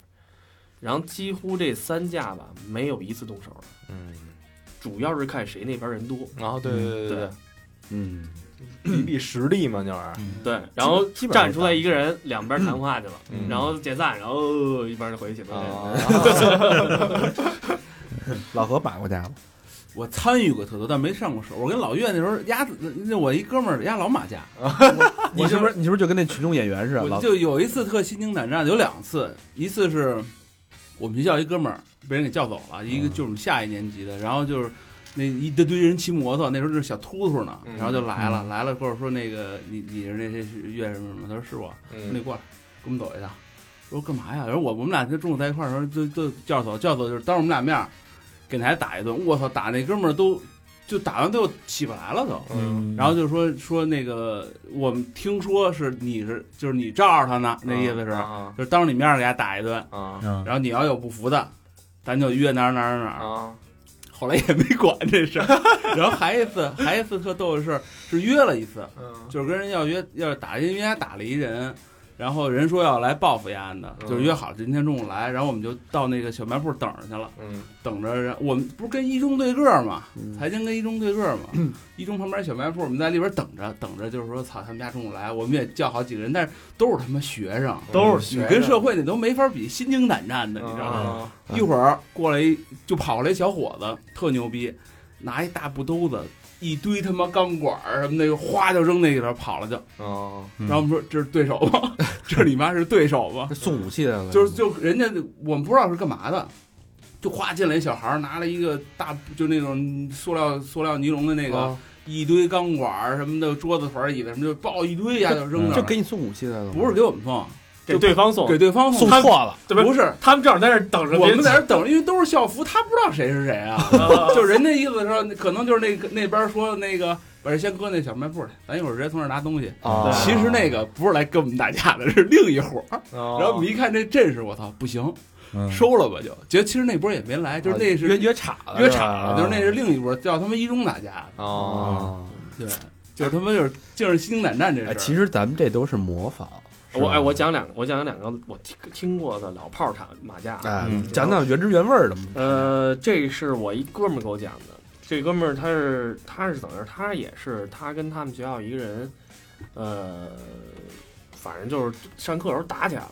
Speaker 3: 然后几乎这三架吧，没有一次动手的，
Speaker 4: 嗯，
Speaker 3: 主要是看谁那边人多。
Speaker 4: 然后对对对
Speaker 3: 对
Speaker 2: 嗯，
Speaker 4: 对，比比实力嘛，就是，
Speaker 3: 对，然后
Speaker 4: 基本上
Speaker 3: 站出来一个人，两边谈话去了，
Speaker 4: 嗯
Speaker 3: 然后解散，然后一边就回去了。
Speaker 2: 老何买过家吗？
Speaker 6: 我参与过特多，但没上过手。我跟老岳那时候压，那那我一哥们儿压老马甲， 我
Speaker 2: 你是不是你是不是就跟那群众演员似的？
Speaker 6: 我
Speaker 2: 老
Speaker 6: 就有一次特心惊胆战，有两次，一次是我们学校一哥们儿被人给叫走了，一个就是我们下一年级的，然后就是那一大堆人骑摩托，那时候就是小秃秃呢
Speaker 4: 嗯，
Speaker 6: 然后就来了，来了跟我说那个你你是那谁是岳什么什么，他说是我，说你
Speaker 4: 嗯
Speaker 6: 过来跟我们走一趟，我说干嘛呀？然后我我们俩就中午在一块儿的时候就就叫走叫走，就是当着我们俩面儿给孩子打一顿，我操，打那哥们儿都就打完都起不来了都。
Speaker 4: 嗯
Speaker 6: 然后就说说那个，我们听说是你是就是你罩着他呢，那意思是，
Speaker 4: 啊
Speaker 6: 就是当着你面儿给他打一顿，
Speaker 4: 啊
Speaker 5: 嗯
Speaker 6: 然后你要有不服的，咱就约哪儿哪儿哪儿。
Speaker 4: 啊
Speaker 6: 后来也没管这事儿。 然后还一次，还一次特逗的事儿是约了一次，
Speaker 4: 嗯
Speaker 6: 就是跟人要约要打，因为人家打了一人，然后人说要来报复丫的，
Speaker 4: 嗯
Speaker 6: 就是约好今天中午来，然后我们就到那个小卖部等着去了。
Speaker 4: 嗯
Speaker 6: 等着人，我们不是跟一中对个儿嘛，
Speaker 2: 嗯
Speaker 6: 财经跟一中对个儿嘛，一中旁边小卖部，我们在里边等着，等着就是说，操，他们家中午来，我们也叫好几个人，但是都是他妈学生，
Speaker 3: 都
Speaker 6: 你
Speaker 4: 嗯
Speaker 6: 跟社会那都没法比，心惊胆战的，你知道吗？
Speaker 4: 啊
Speaker 2: 嗯
Speaker 6: 一会儿过来一就跑过来一小伙子，特牛逼，拿一大布兜子一堆他妈钢管儿什么的，哗就扔那里头跑了就。
Speaker 4: 哦，
Speaker 6: 然后我们说这是对手吗？这是你妈是对手吗
Speaker 2: 这？送武器的了
Speaker 6: 就是就人家我们不知道是干嘛的，就哗进来一小孩儿拿了一个大就那种塑料塑料尼龙的那个、
Speaker 2: 啊
Speaker 6: 一堆钢管儿什么的，桌子腿儿椅子什么就抱一堆呀就扔那儿
Speaker 2: 就
Speaker 6: 了。
Speaker 2: 给你送武器的了吗，
Speaker 6: 不是给我们送，
Speaker 3: 给对方送，
Speaker 6: 给对方
Speaker 2: 送
Speaker 6: 他
Speaker 2: 错了，
Speaker 3: 对吧
Speaker 6: 不是，
Speaker 3: 他们正好在那儿等着
Speaker 6: 我
Speaker 3: 别人
Speaker 6: 们在这儿等着，因为都是校服，他不知道谁是 谁啊。
Speaker 3: 啊
Speaker 6: 就人家意思说，可能就是那个那边说那个，把这先搁那小卖部去，咱一会儿直接从这儿拿东西。
Speaker 2: 啊
Speaker 6: 其实那个不是来跟我们打架的，是另一伙儿。
Speaker 4: 然
Speaker 6: 然后我
Speaker 2: 哦
Speaker 6: 们一看这阵势，我操，不行，
Speaker 5: 嗯
Speaker 6: 收了吧就。结果其实那波也没来，就是那是
Speaker 2: 啊约约岔了，
Speaker 6: 约
Speaker 2: 是吧
Speaker 6: 场了，就是那是另一波，叫他们一中打架，嗯
Speaker 4: 哦，
Speaker 6: 对，就是他妈就是就是心惊胆战这事
Speaker 2: 哎，
Speaker 6: 儿。
Speaker 2: 其实咱们这都是模仿，是吧
Speaker 3: 我哎，我讲两个，我讲两个我听听过的老炮儿场马甲啊，
Speaker 2: 哎
Speaker 5: 嗯
Speaker 2: 讲讲原汁原味儿的嘛，
Speaker 3: 呃，这是我一哥们儿给我讲的。这哥们儿他是他是怎么着？他也是他跟他们学校一个人，呃，反正就是上课时候打起来了。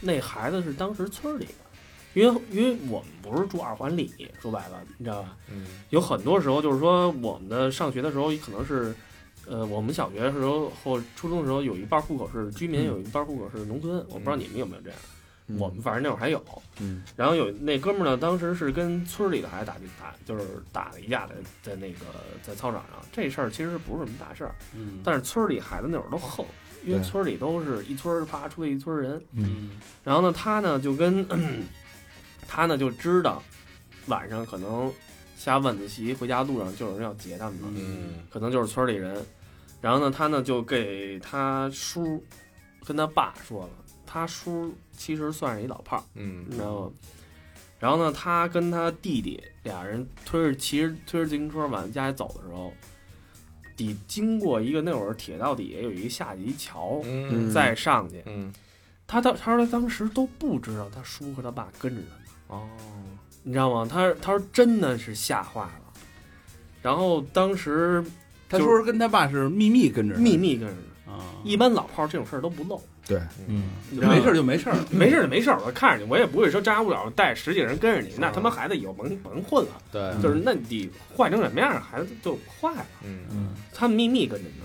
Speaker 3: 那孩子是当时村儿里的，因为因为我们不是住二环里，说白了，你知道吧？
Speaker 4: 嗯
Speaker 3: 有很多时候就是说我们的上学的时候可能是。呃，我们小学的时候或初中的时候，有一半户口是居民，有一半户口是农村。我不知道你们有没有这样，
Speaker 2: 嗯
Speaker 3: 我们反正那会儿还有。
Speaker 2: 嗯
Speaker 3: 然后有那哥们儿呢，当时是跟村里的孩子打打，就是打了一架在在那个在操场上。这事儿其实不是什么大事儿，
Speaker 6: 嗯，
Speaker 3: 但是村里孩子那会儿都横，因为
Speaker 2: 对
Speaker 3: 村里都是一村儿啪出来一村儿人。
Speaker 6: 嗯
Speaker 3: 然后呢，他呢就跟 他呢就知道晚上可能下晚自习回家路上就有人要劫他们了，
Speaker 4: 嗯
Speaker 3: 可能就是村里人。然后呢，他呢就给他叔跟他爸说了，他叔其实算是一老炮儿。你知
Speaker 4: 嗯
Speaker 3: 道吗？然后呢，他跟他弟弟俩人推着骑着推着自行车往家里走的时候，得经过一个那会儿铁道底下有一个下级桥，
Speaker 4: 嗯
Speaker 3: 再上去。
Speaker 4: 嗯
Speaker 3: 他当他说他当时都不知道他叔和他爸跟着他呢，
Speaker 4: 哦，
Speaker 3: 你知道吗？他他说真的是吓坏了。然后当时
Speaker 6: 他说是跟他爸是秘密跟着他
Speaker 3: 秘密跟着他，
Speaker 6: 啊，
Speaker 4: 嗯
Speaker 3: 一般老炮儿这种事儿都不露，你知道吗
Speaker 6: 没事儿就没事儿，
Speaker 3: 没事儿就没事儿，我看着你，我也不会说扎五角带十几个人跟着你，那他妈孩子以后甭甭混了。
Speaker 4: 对，
Speaker 3: 就是那你坏成什么样，孩子就坏了。
Speaker 4: 嗯
Speaker 5: 嗯
Speaker 3: 他们秘密跟着呢，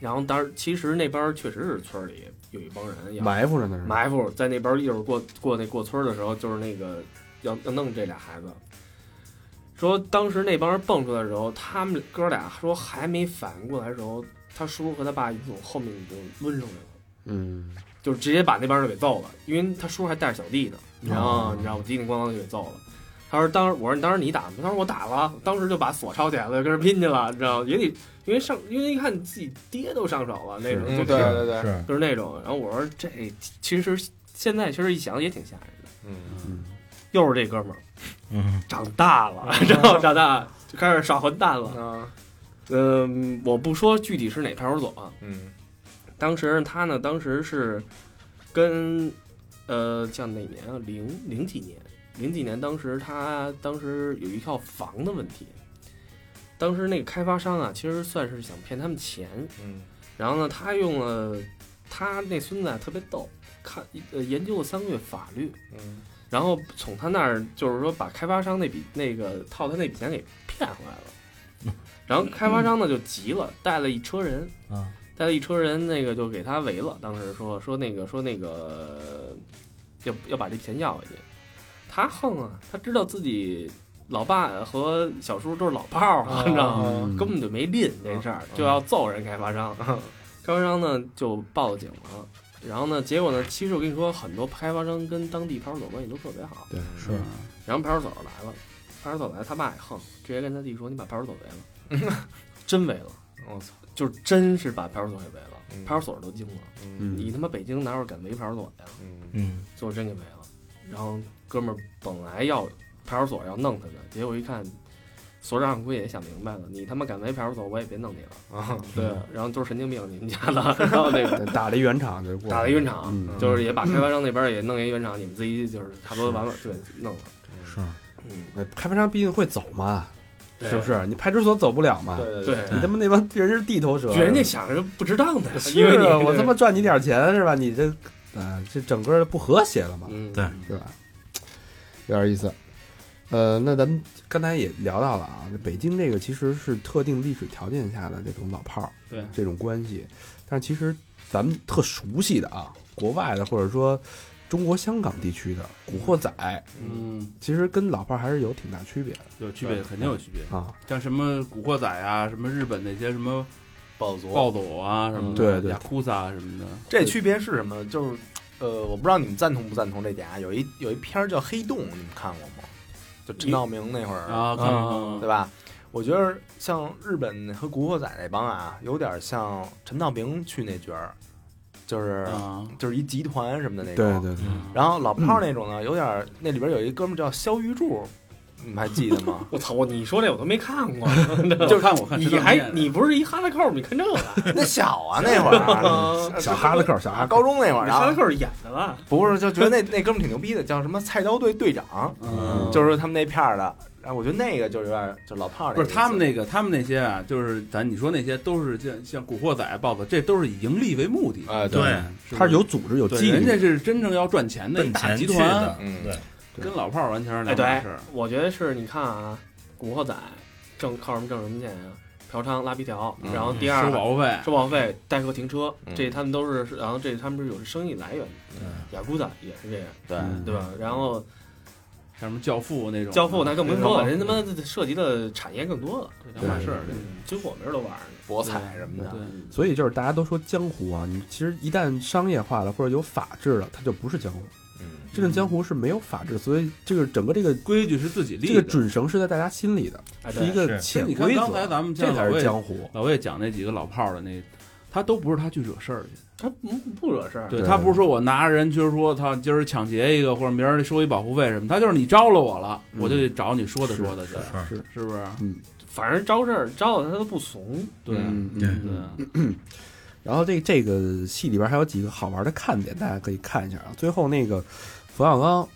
Speaker 3: 然后当时其实那边确实是村里有一帮人要
Speaker 2: 嗯埋伏着呢是吧？
Speaker 3: 埋伏在那边，一会儿过过那过村的时候，就是那个要要弄这俩孩子。说当时那帮人蹦出来的时候，他们哥俩说还没反应过来的时候，他叔和他爸已经从后面已经抡上来了。
Speaker 2: 嗯，
Speaker 3: 就直接把那帮人给揍了，因为他叔还带着小弟呢，然
Speaker 4: 哦
Speaker 3: 后你知道我叮叮咣当就给揍了。他说当时我说当时你打吗？他说我打了，当时就把锁抄起来了，跟人拼去了，你知道吗也得因为上因为一看自己爹都上手了那种，就
Speaker 4: 嗯对对对，
Speaker 5: 是
Speaker 3: 就是那种。然后我说这其实现在其实一想也挺吓人的，
Speaker 4: 嗯
Speaker 3: 又是这哥们儿
Speaker 5: 嗯
Speaker 3: 长大了， 然后长大就开始耍混蛋了。
Speaker 4: 啊
Speaker 3: 嗯，我不说具体是哪派出所啊，
Speaker 4: 嗯
Speaker 3: 当时他呢，当时是跟呃叫哪年啊？零零几年，零几年当时他当时有一套房的问题，当时那个开发商啊，其实算是想骗他们钱，
Speaker 4: 嗯
Speaker 3: 然后呢，他用了他那孙子啊特别逗，看呃研究了三个月法律，
Speaker 4: 嗯
Speaker 3: 然后从他那儿就是说把开发商那笔那个套他那笔钱给骗回来了，然后开发商呢就急了，带了一车人。
Speaker 5: 啊
Speaker 3: 带了一车人，那个就给他围了。当时说说那个说那个要要把这钱要回去。他横啊，他知道自己老爸和小叔都是老炮儿啊，你知道吗？
Speaker 2: 嗯
Speaker 3: 根本就没吝这事
Speaker 4: 嗯
Speaker 3: 儿，就要揍人开发商。开发商呢就报警了，然后呢，结果呢，其实我跟你说，很多开发商跟当地派出所关系都特别好。
Speaker 2: 对，
Speaker 5: 是
Speaker 3: 然后派出所来了，派出所来了，他爸也横，直接跟他弟说：“你把派出所围了。” 真围了，
Speaker 4: 我操，
Speaker 3: 就是真是把派出所给围了，
Speaker 4: 嗯
Speaker 3: 派出所都惊了。
Speaker 4: 嗯
Speaker 3: 你他妈北京哪有敢围派出所呀？
Speaker 4: 嗯
Speaker 5: 嗯
Speaker 3: 最后真给围了。然后哥们儿本来要派出所要弄他的，结果一看，所长估计也想明白了，你他妈敢围派出所，我也别弄你了。
Speaker 4: 啊
Speaker 3: 对，然后都是神经病，你们家的。然后 那个
Speaker 2: 对打了一圆场就过
Speaker 3: 打了一圆场，
Speaker 2: 嗯
Speaker 3: 就是也把开发商那边也弄一圆场，你们自己就是差不多完了，对，弄了。
Speaker 5: 是
Speaker 3: 嗯，
Speaker 2: 那开发商毕竟会走嘛，
Speaker 3: 对
Speaker 2: 是不是？你派出所走不了嘛？
Speaker 4: 对
Speaker 3: 对，
Speaker 2: 你他妈那帮人是地头蛇，
Speaker 3: 人家想着不值当的，
Speaker 2: 嗯是
Speaker 3: 因为你
Speaker 2: 啊，我他妈赚你点钱是吧？你这啊，这整个不和谐了嘛，
Speaker 3: 嗯，？
Speaker 5: 对
Speaker 2: 对吧？有点意思。呃，那咱们刚才也聊到了啊，北京这个其实是特定历史条件下的这种老炮儿，
Speaker 6: 对
Speaker 2: 这种关系，但是其实咱们特熟悉的啊，国外的或者说中国香港地区的古惑仔，
Speaker 6: 嗯，
Speaker 2: 其实跟老炮儿还是有挺大区别的
Speaker 6: 有区别，肯定有区别。
Speaker 2: 啊。
Speaker 6: 像什么古惑仔啊，什么日本那些什么
Speaker 4: 暴族
Speaker 6: 暴走啊什
Speaker 2: 嗯
Speaker 6: 么的，
Speaker 2: 对对
Speaker 6: 雅库萨什么的，
Speaker 4: 这区别是什么？就是，呃，我不知道你们赞同不赞同这点啊。有一有一片儿叫《黑洞》，你们看过吗？就陈道明那会儿
Speaker 6: 啊，看看
Speaker 4: 对吧？我觉得像日本和古惑仔那帮啊，有点像陈道明去那角儿，就是、
Speaker 6: 看啊，
Speaker 4: 就是一集团什么的那种。
Speaker 2: 对对对，
Speaker 6: 嗯
Speaker 4: 然后老炮儿那种呢，有点儿那里边有一哥们儿叫肖玉柱，你们还记得吗
Speaker 3: 我操！我你说这我都没看过，
Speaker 6: 就看我看
Speaker 3: 你
Speaker 6: 神探
Speaker 3: 还
Speaker 6: 片
Speaker 3: 你不是一哈拉扣吗？你看这个，
Speaker 4: 那小啊那会儿，
Speaker 2: 小哈拉扣，小哈
Speaker 4: 啊，
Speaker 2: 拉扣，
Speaker 4: 高中那会儿，
Speaker 3: 你哈拉
Speaker 4: 然后
Speaker 3: 扣是演的吧？
Speaker 4: 不是就觉得那那哥们儿挺牛逼的，叫什么菜刀队队长，
Speaker 6: 嗯
Speaker 4: 就是他们那片儿的。然后我觉得那个就有点儿就老炮儿，
Speaker 6: 不是他们那个，他们那些啊，就是咱你说那些都是像像古惑仔、豹子，这都是以盈利为目的，
Speaker 3: 哎
Speaker 4: 啊
Speaker 5: 对，
Speaker 6: 是
Speaker 2: 他
Speaker 6: 不
Speaker 2: 是
Speaker 6: 是
Speaker 2: 有组织有
Speaker 6: 对
Speaker 2: 纪
Speaker 6: 人
Speaker 2: 律
Speaker 6: 家是真正要赚钱的一
Speaker 5: 奔
Speaker 6: 大
Speaker 5: 钱
Speaker 6: 集
Speaker 5: 去
Speaker 6: 团
Speaker 5: 的，，
Speaker 4: 嗯
Speaker 5: 对，
Speaker 6: 跟老炮儿完全是
Speaker 3: 哎，
Speaker 6: 两
Speaker 3: 对
Speaker 6: 码事儿。，
Speaker 3: 我觉得是你看啊，古惑仔挣靠什么挣什么钱啊？嫖娼拉皮条，
Speaker 4: 嗯
Speaker 3: 然后第二
Speaker 6: 收保护费，
Speaker 3: 收保费、代客停车，
Speaker 4: 嗯
Speaker 3: 这他们都是，然后这他们是有生意来源。嗯雅库萨也是这样，
Speaker 4: 对
Speaker 2: 嗯
Speaker 3: 对吧？然后
Speaker 6: 像什么教父那种，
Speaker 3: 教父那更不用说了，
Speaker 4: 嗯
Speaker 3: 人他妈涉及的产业更多了，嗯
Speaker 6: 两码事儿。
Speaker 3: 军火没人都玩儿。
Speaker 4: 博彩什么
Speaker 6: 对
Speaker 4: 的，
Speaker 2: 所以就是大家都说江湖啊，你其实一旦商业化了或者有法治了，它就不是江湖。
Speaker 4: 嗯，
Speaker 2: 真正江湖是没有法治，所以这个整个这个
Speaker 6: 规矩是自己
Speaker 2: 这
Speaker 6: 立
Speaker 2: 个
Speaker 6: 的。
Speaker 2: 准绳是在大家心里的，
Speaker 3: 哎，
Speaker 2: 是一
Speaker 3: 对，
Speaker 2: 个
Speaker 5: 是
Speaker 2: 潜
Speaker 6: 你看
Speaker 2: 规
Speaker 6: 刚才
Speaker 2: 则，
Speaker 6: 咱们
Speaker 2: 这
Speaker 6: 像老
Speaker 2: 才是
Speaker 6: 魏
Speaker 2: 江湖。
Speaker 6: 老魏讲那几个老炮儿的那，他都不是他去惹事儿去。
Speaker 3: 他不不惹事儿。
Speaker 6: 对
Speaker 2: 对
Speaker 6: 他不是说我拿着人就是说他今儿抢劫一个或者明儿收一保护费什么，他就是你招了我了，
Speaker 2: 嗯
Speaker 6: 我就得找你说的说的去，
Speaker 2: 是是
Speaker 6: 是不是？
Speaker 3: 反正招事儿招了他都不怂。
Speaker 6: 对
Speaker 2: 嗯
Speaker 5: 对
Speaker 2: 嗯
Speaker 6: 对，
Speaker 2: 然后这这个戏里边还有几个好玩的看点，大家可以看一下啊。最后那个冯小刚，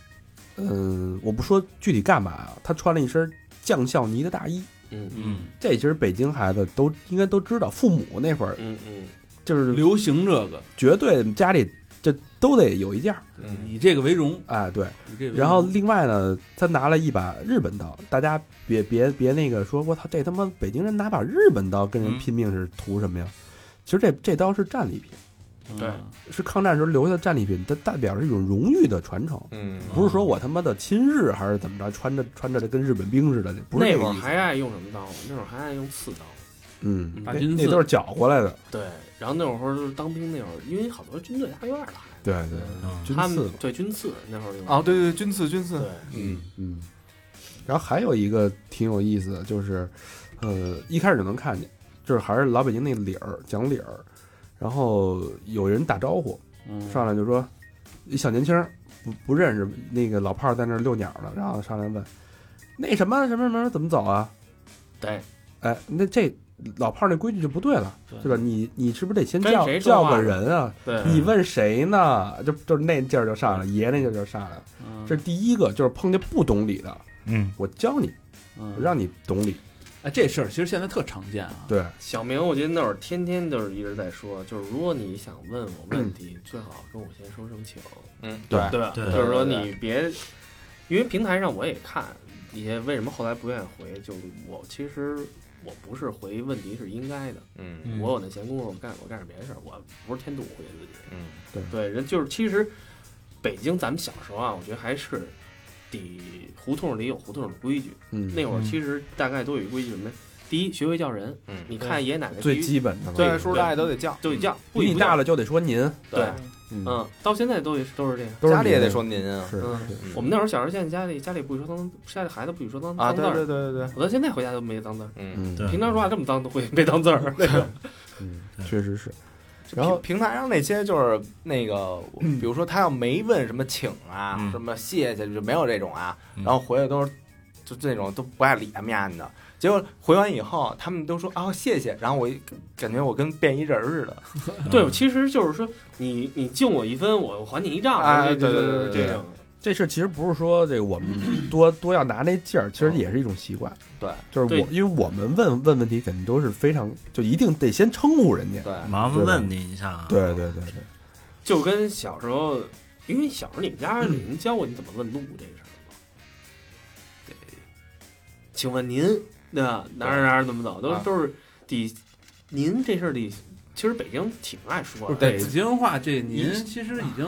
Speaker 2: 嗯，我不说具体干嘛啊，他穿了一身将校呢的大衣，
Speaker 5: 嗯，
Speaker 2: 这其实北京孩子都应该都知道，父母那会儿
Speaker 3: 嗯嗯，
Speaker 2: 就是
Speaker 6: 流行这个，
Speaker 2: 绝对家里这都得有一件儿，
Speaker 4: 嗯
Speaker 6: 以这个为荣，
Speaker 2: 哎，对。
Speaker 6: 以这个为荣
Speaker 2: 然后另外呢，他拿了一把日本刀，大家别别别那个说，我操，这他妈北京人拿把日本刀跟人
Speaker 6: 嗯
Speaker 2: 拼命是图什么呀？其实这这刀是战利品，
Speaker 3: 对
Speaker 6: 嗯
Speaker 2: 是抗战时候留下的战利品，它代表着一种荣誉的传承，
Speaker 4: 嗯
Speaker 2: 不是说我他妈的亲日还是怎么着，穿着穿着跟日本兵似的，不是
Speaker 3: 那
Speaker 2: 这个
Speaker 3: 会儿
Speaker 2: 意思
Speaker 3: 还爱用什么刀？那会儿还爱用刺刀。
Speaker 2: 嗯，
Speaker 6: 大
Speaker 2: 那
Speaker 6: 军
Speaker 2: 那
Speaker 6: 刺
Speaker 2: 都是缴过来的，
Speaker 3: 对，然后那会儿就是当兵那会儿，因为好多军队大院儿的孩子，
Speaker 2: 对对，
Speaker 5: 嗯
Speaker 2: 军
Speaker 3: 他
Speaker 2: 刺
Speaker 3: 们
Speaker 2: 嘛，
Speaker 3: 对军刺那会儿用
Speaker 4: 哦，对对，对军刺军
Speaker 3: 对
Speaker 4: 刺，，嗯
Speaker 2: 嗯。然后还有一个挺有意思的，就是，呃，一开始就能看见，就是还是老北京那理儿讲理儿，然后有人打招呼，
Speaker 6: 嗯
Speaker 2: 上来就说，一小年轻儿不不认识那个老炮儿在那儿遛鸟呢，然后上来问，那什么什么什么怎么走啊？
Speaker 3: 对，
Speaker 2: 哎，那这老炮儿那规矩就不对了，
Speaker 3: 对
Speaker 2: 对吧？你你是不是得先
Speaker 3: 嗯跟
Speaker 2: 叫
Speaker 3: 谁说
Speaker 2: 叫个
Speaker 3: 话呢嗯
Speaker 2: 人啊？
Speaker 3: 对，
Speaker 2: 你问谁呢？就就那劲儿就上来了，爷那劲儿就上来了。
Speaker 6: 嗯
Speaker 2: 这是第一个，就是碰见不懂礼的，
Speaker 1: 嗯，
Speaker 2: 我教你，
Speaker 6: 嗯
Speaker 2: 我让你懂礼。
Speaker 6: 哎这事儿其实现在特常见啊，
Speaker 2: 对，
Speaker 3: 小明，我觉得那会儿天天就是一直在说，就是如果你想问我问题，最好跟我先说声请，
Speaker 4: 嗯，
Speaker 2: 对
Speaker 3: 对吧？
Speaker 5: 对
Speaker 3: 就是说
Speaker 4: 对
Speaker 3: 你别，因为平台上我也看一些，为什么后来不愿意回？就我其实我不是回问题是应该的，
Speaker 4: 嗯
Speaker 5: 嗯
Speaker 3: 我有那闲工夫，我干我干点别的事儿，我不是天妒回自己。
Speaker 4: 嗯
Speaker 3: 对，人就是其实北京咱们小时候啊，我觉得还是得胡同里有胡同的规矩，
Speaker 2: 嗯，
Speaker 3: 那会儿其实大概都有一规矩什么呀？第一，学会叫人，
Speaker 4: 嗯，
Speaker 3: 你看爷爷奶奶
Speaker 2: 最
Speaker 3: 第一
Speaker 2: 基本的了。
Speaker 3: 对
Speaker 4: 对，叔叔大爷都得叫，
Speaker 3: 都得叫，不
Speaker 2: 比
Speaker 3: 许
Speaker 2: 你
Speaker 3: 不
Speaker 2: 大
Speaker 3: 叫
Speaker 2: 了就得说您，
Speaker 3: 对，
Speaker 2: 嗯，
Speaker 3: 嗯，到现在都得都是这样。
Speaker 2: 都是
Speaker 4: 家里也
Speaker 2: 您
Speaker 4: 得说您啊，
Speaker 2: 是
Speaker 3: 嗯
Speaker 2: 嗯是
Speaker 4: 嗯
Speaker 3: 我们那会儿小时候见家里家里不许说脏，家里孩子不许说脏
Speaker 4: 啊，
Speaker 3: 脏字
Speaker 4: 对
Speaker 3: 儿，
Speaker 4: 对对对对，
Speaker 3: 我到现在回家都没脏字儿。
Speaker 4: 嗯，
Speaker 2: 嗯，
Speaker 5: 对
Speaker 3: 平常说话这么脏都会没脏字儿，
Speaker 2: 嗯，
Speaker 5: 对
Speaker 2: 确实是。
Speaker 4: 这
Speaker 2: 然后
Speaker 4: 平平台上那些就是那个，比如说他要没问什么请啊，
Speaker 5: 嗯
Speaker 4: 什么谢谢就没有这种啊，
Speaker 5: 嗯
Speaker 4: 然后回来都是就这种都不爱理他们家的。结果回完以后，他们都说啊、谢谢，然后我一感觉我跟变一人似的，
Speaker 3: 对，其实就是说你你敬我一分，我还你一丈，
Speaker 4: 哎
Speaker 3: 啊对
Speaker 4: 对对
Speaker 3: 对
Speaker 4: 对
Speaker 3: 这种
Speaker 2: 这事儿其实不是说这个我们多多要拿那劲儿，其实也是一种习惯。
Speaker 4: 对，
Speaker 2: 就是我，因为我们问问问题肯定都是非常，就一定得先称呼人家。
Speaker 4: 对，
Speaker 5: 麻烦问你一下啊，
Speaker 2: 对对对对，
Speaker 3: 就跟小时候，因为小时候你们家里人教过你怎么问路这事儿吗？请问您对吧？哪儿哪儿怎么走，都
Speaker 4: 啊
Speaker 3: 都是得您这事儿得，其实北京挺爱说的，
Speaker 6: 北京话这您其实已经，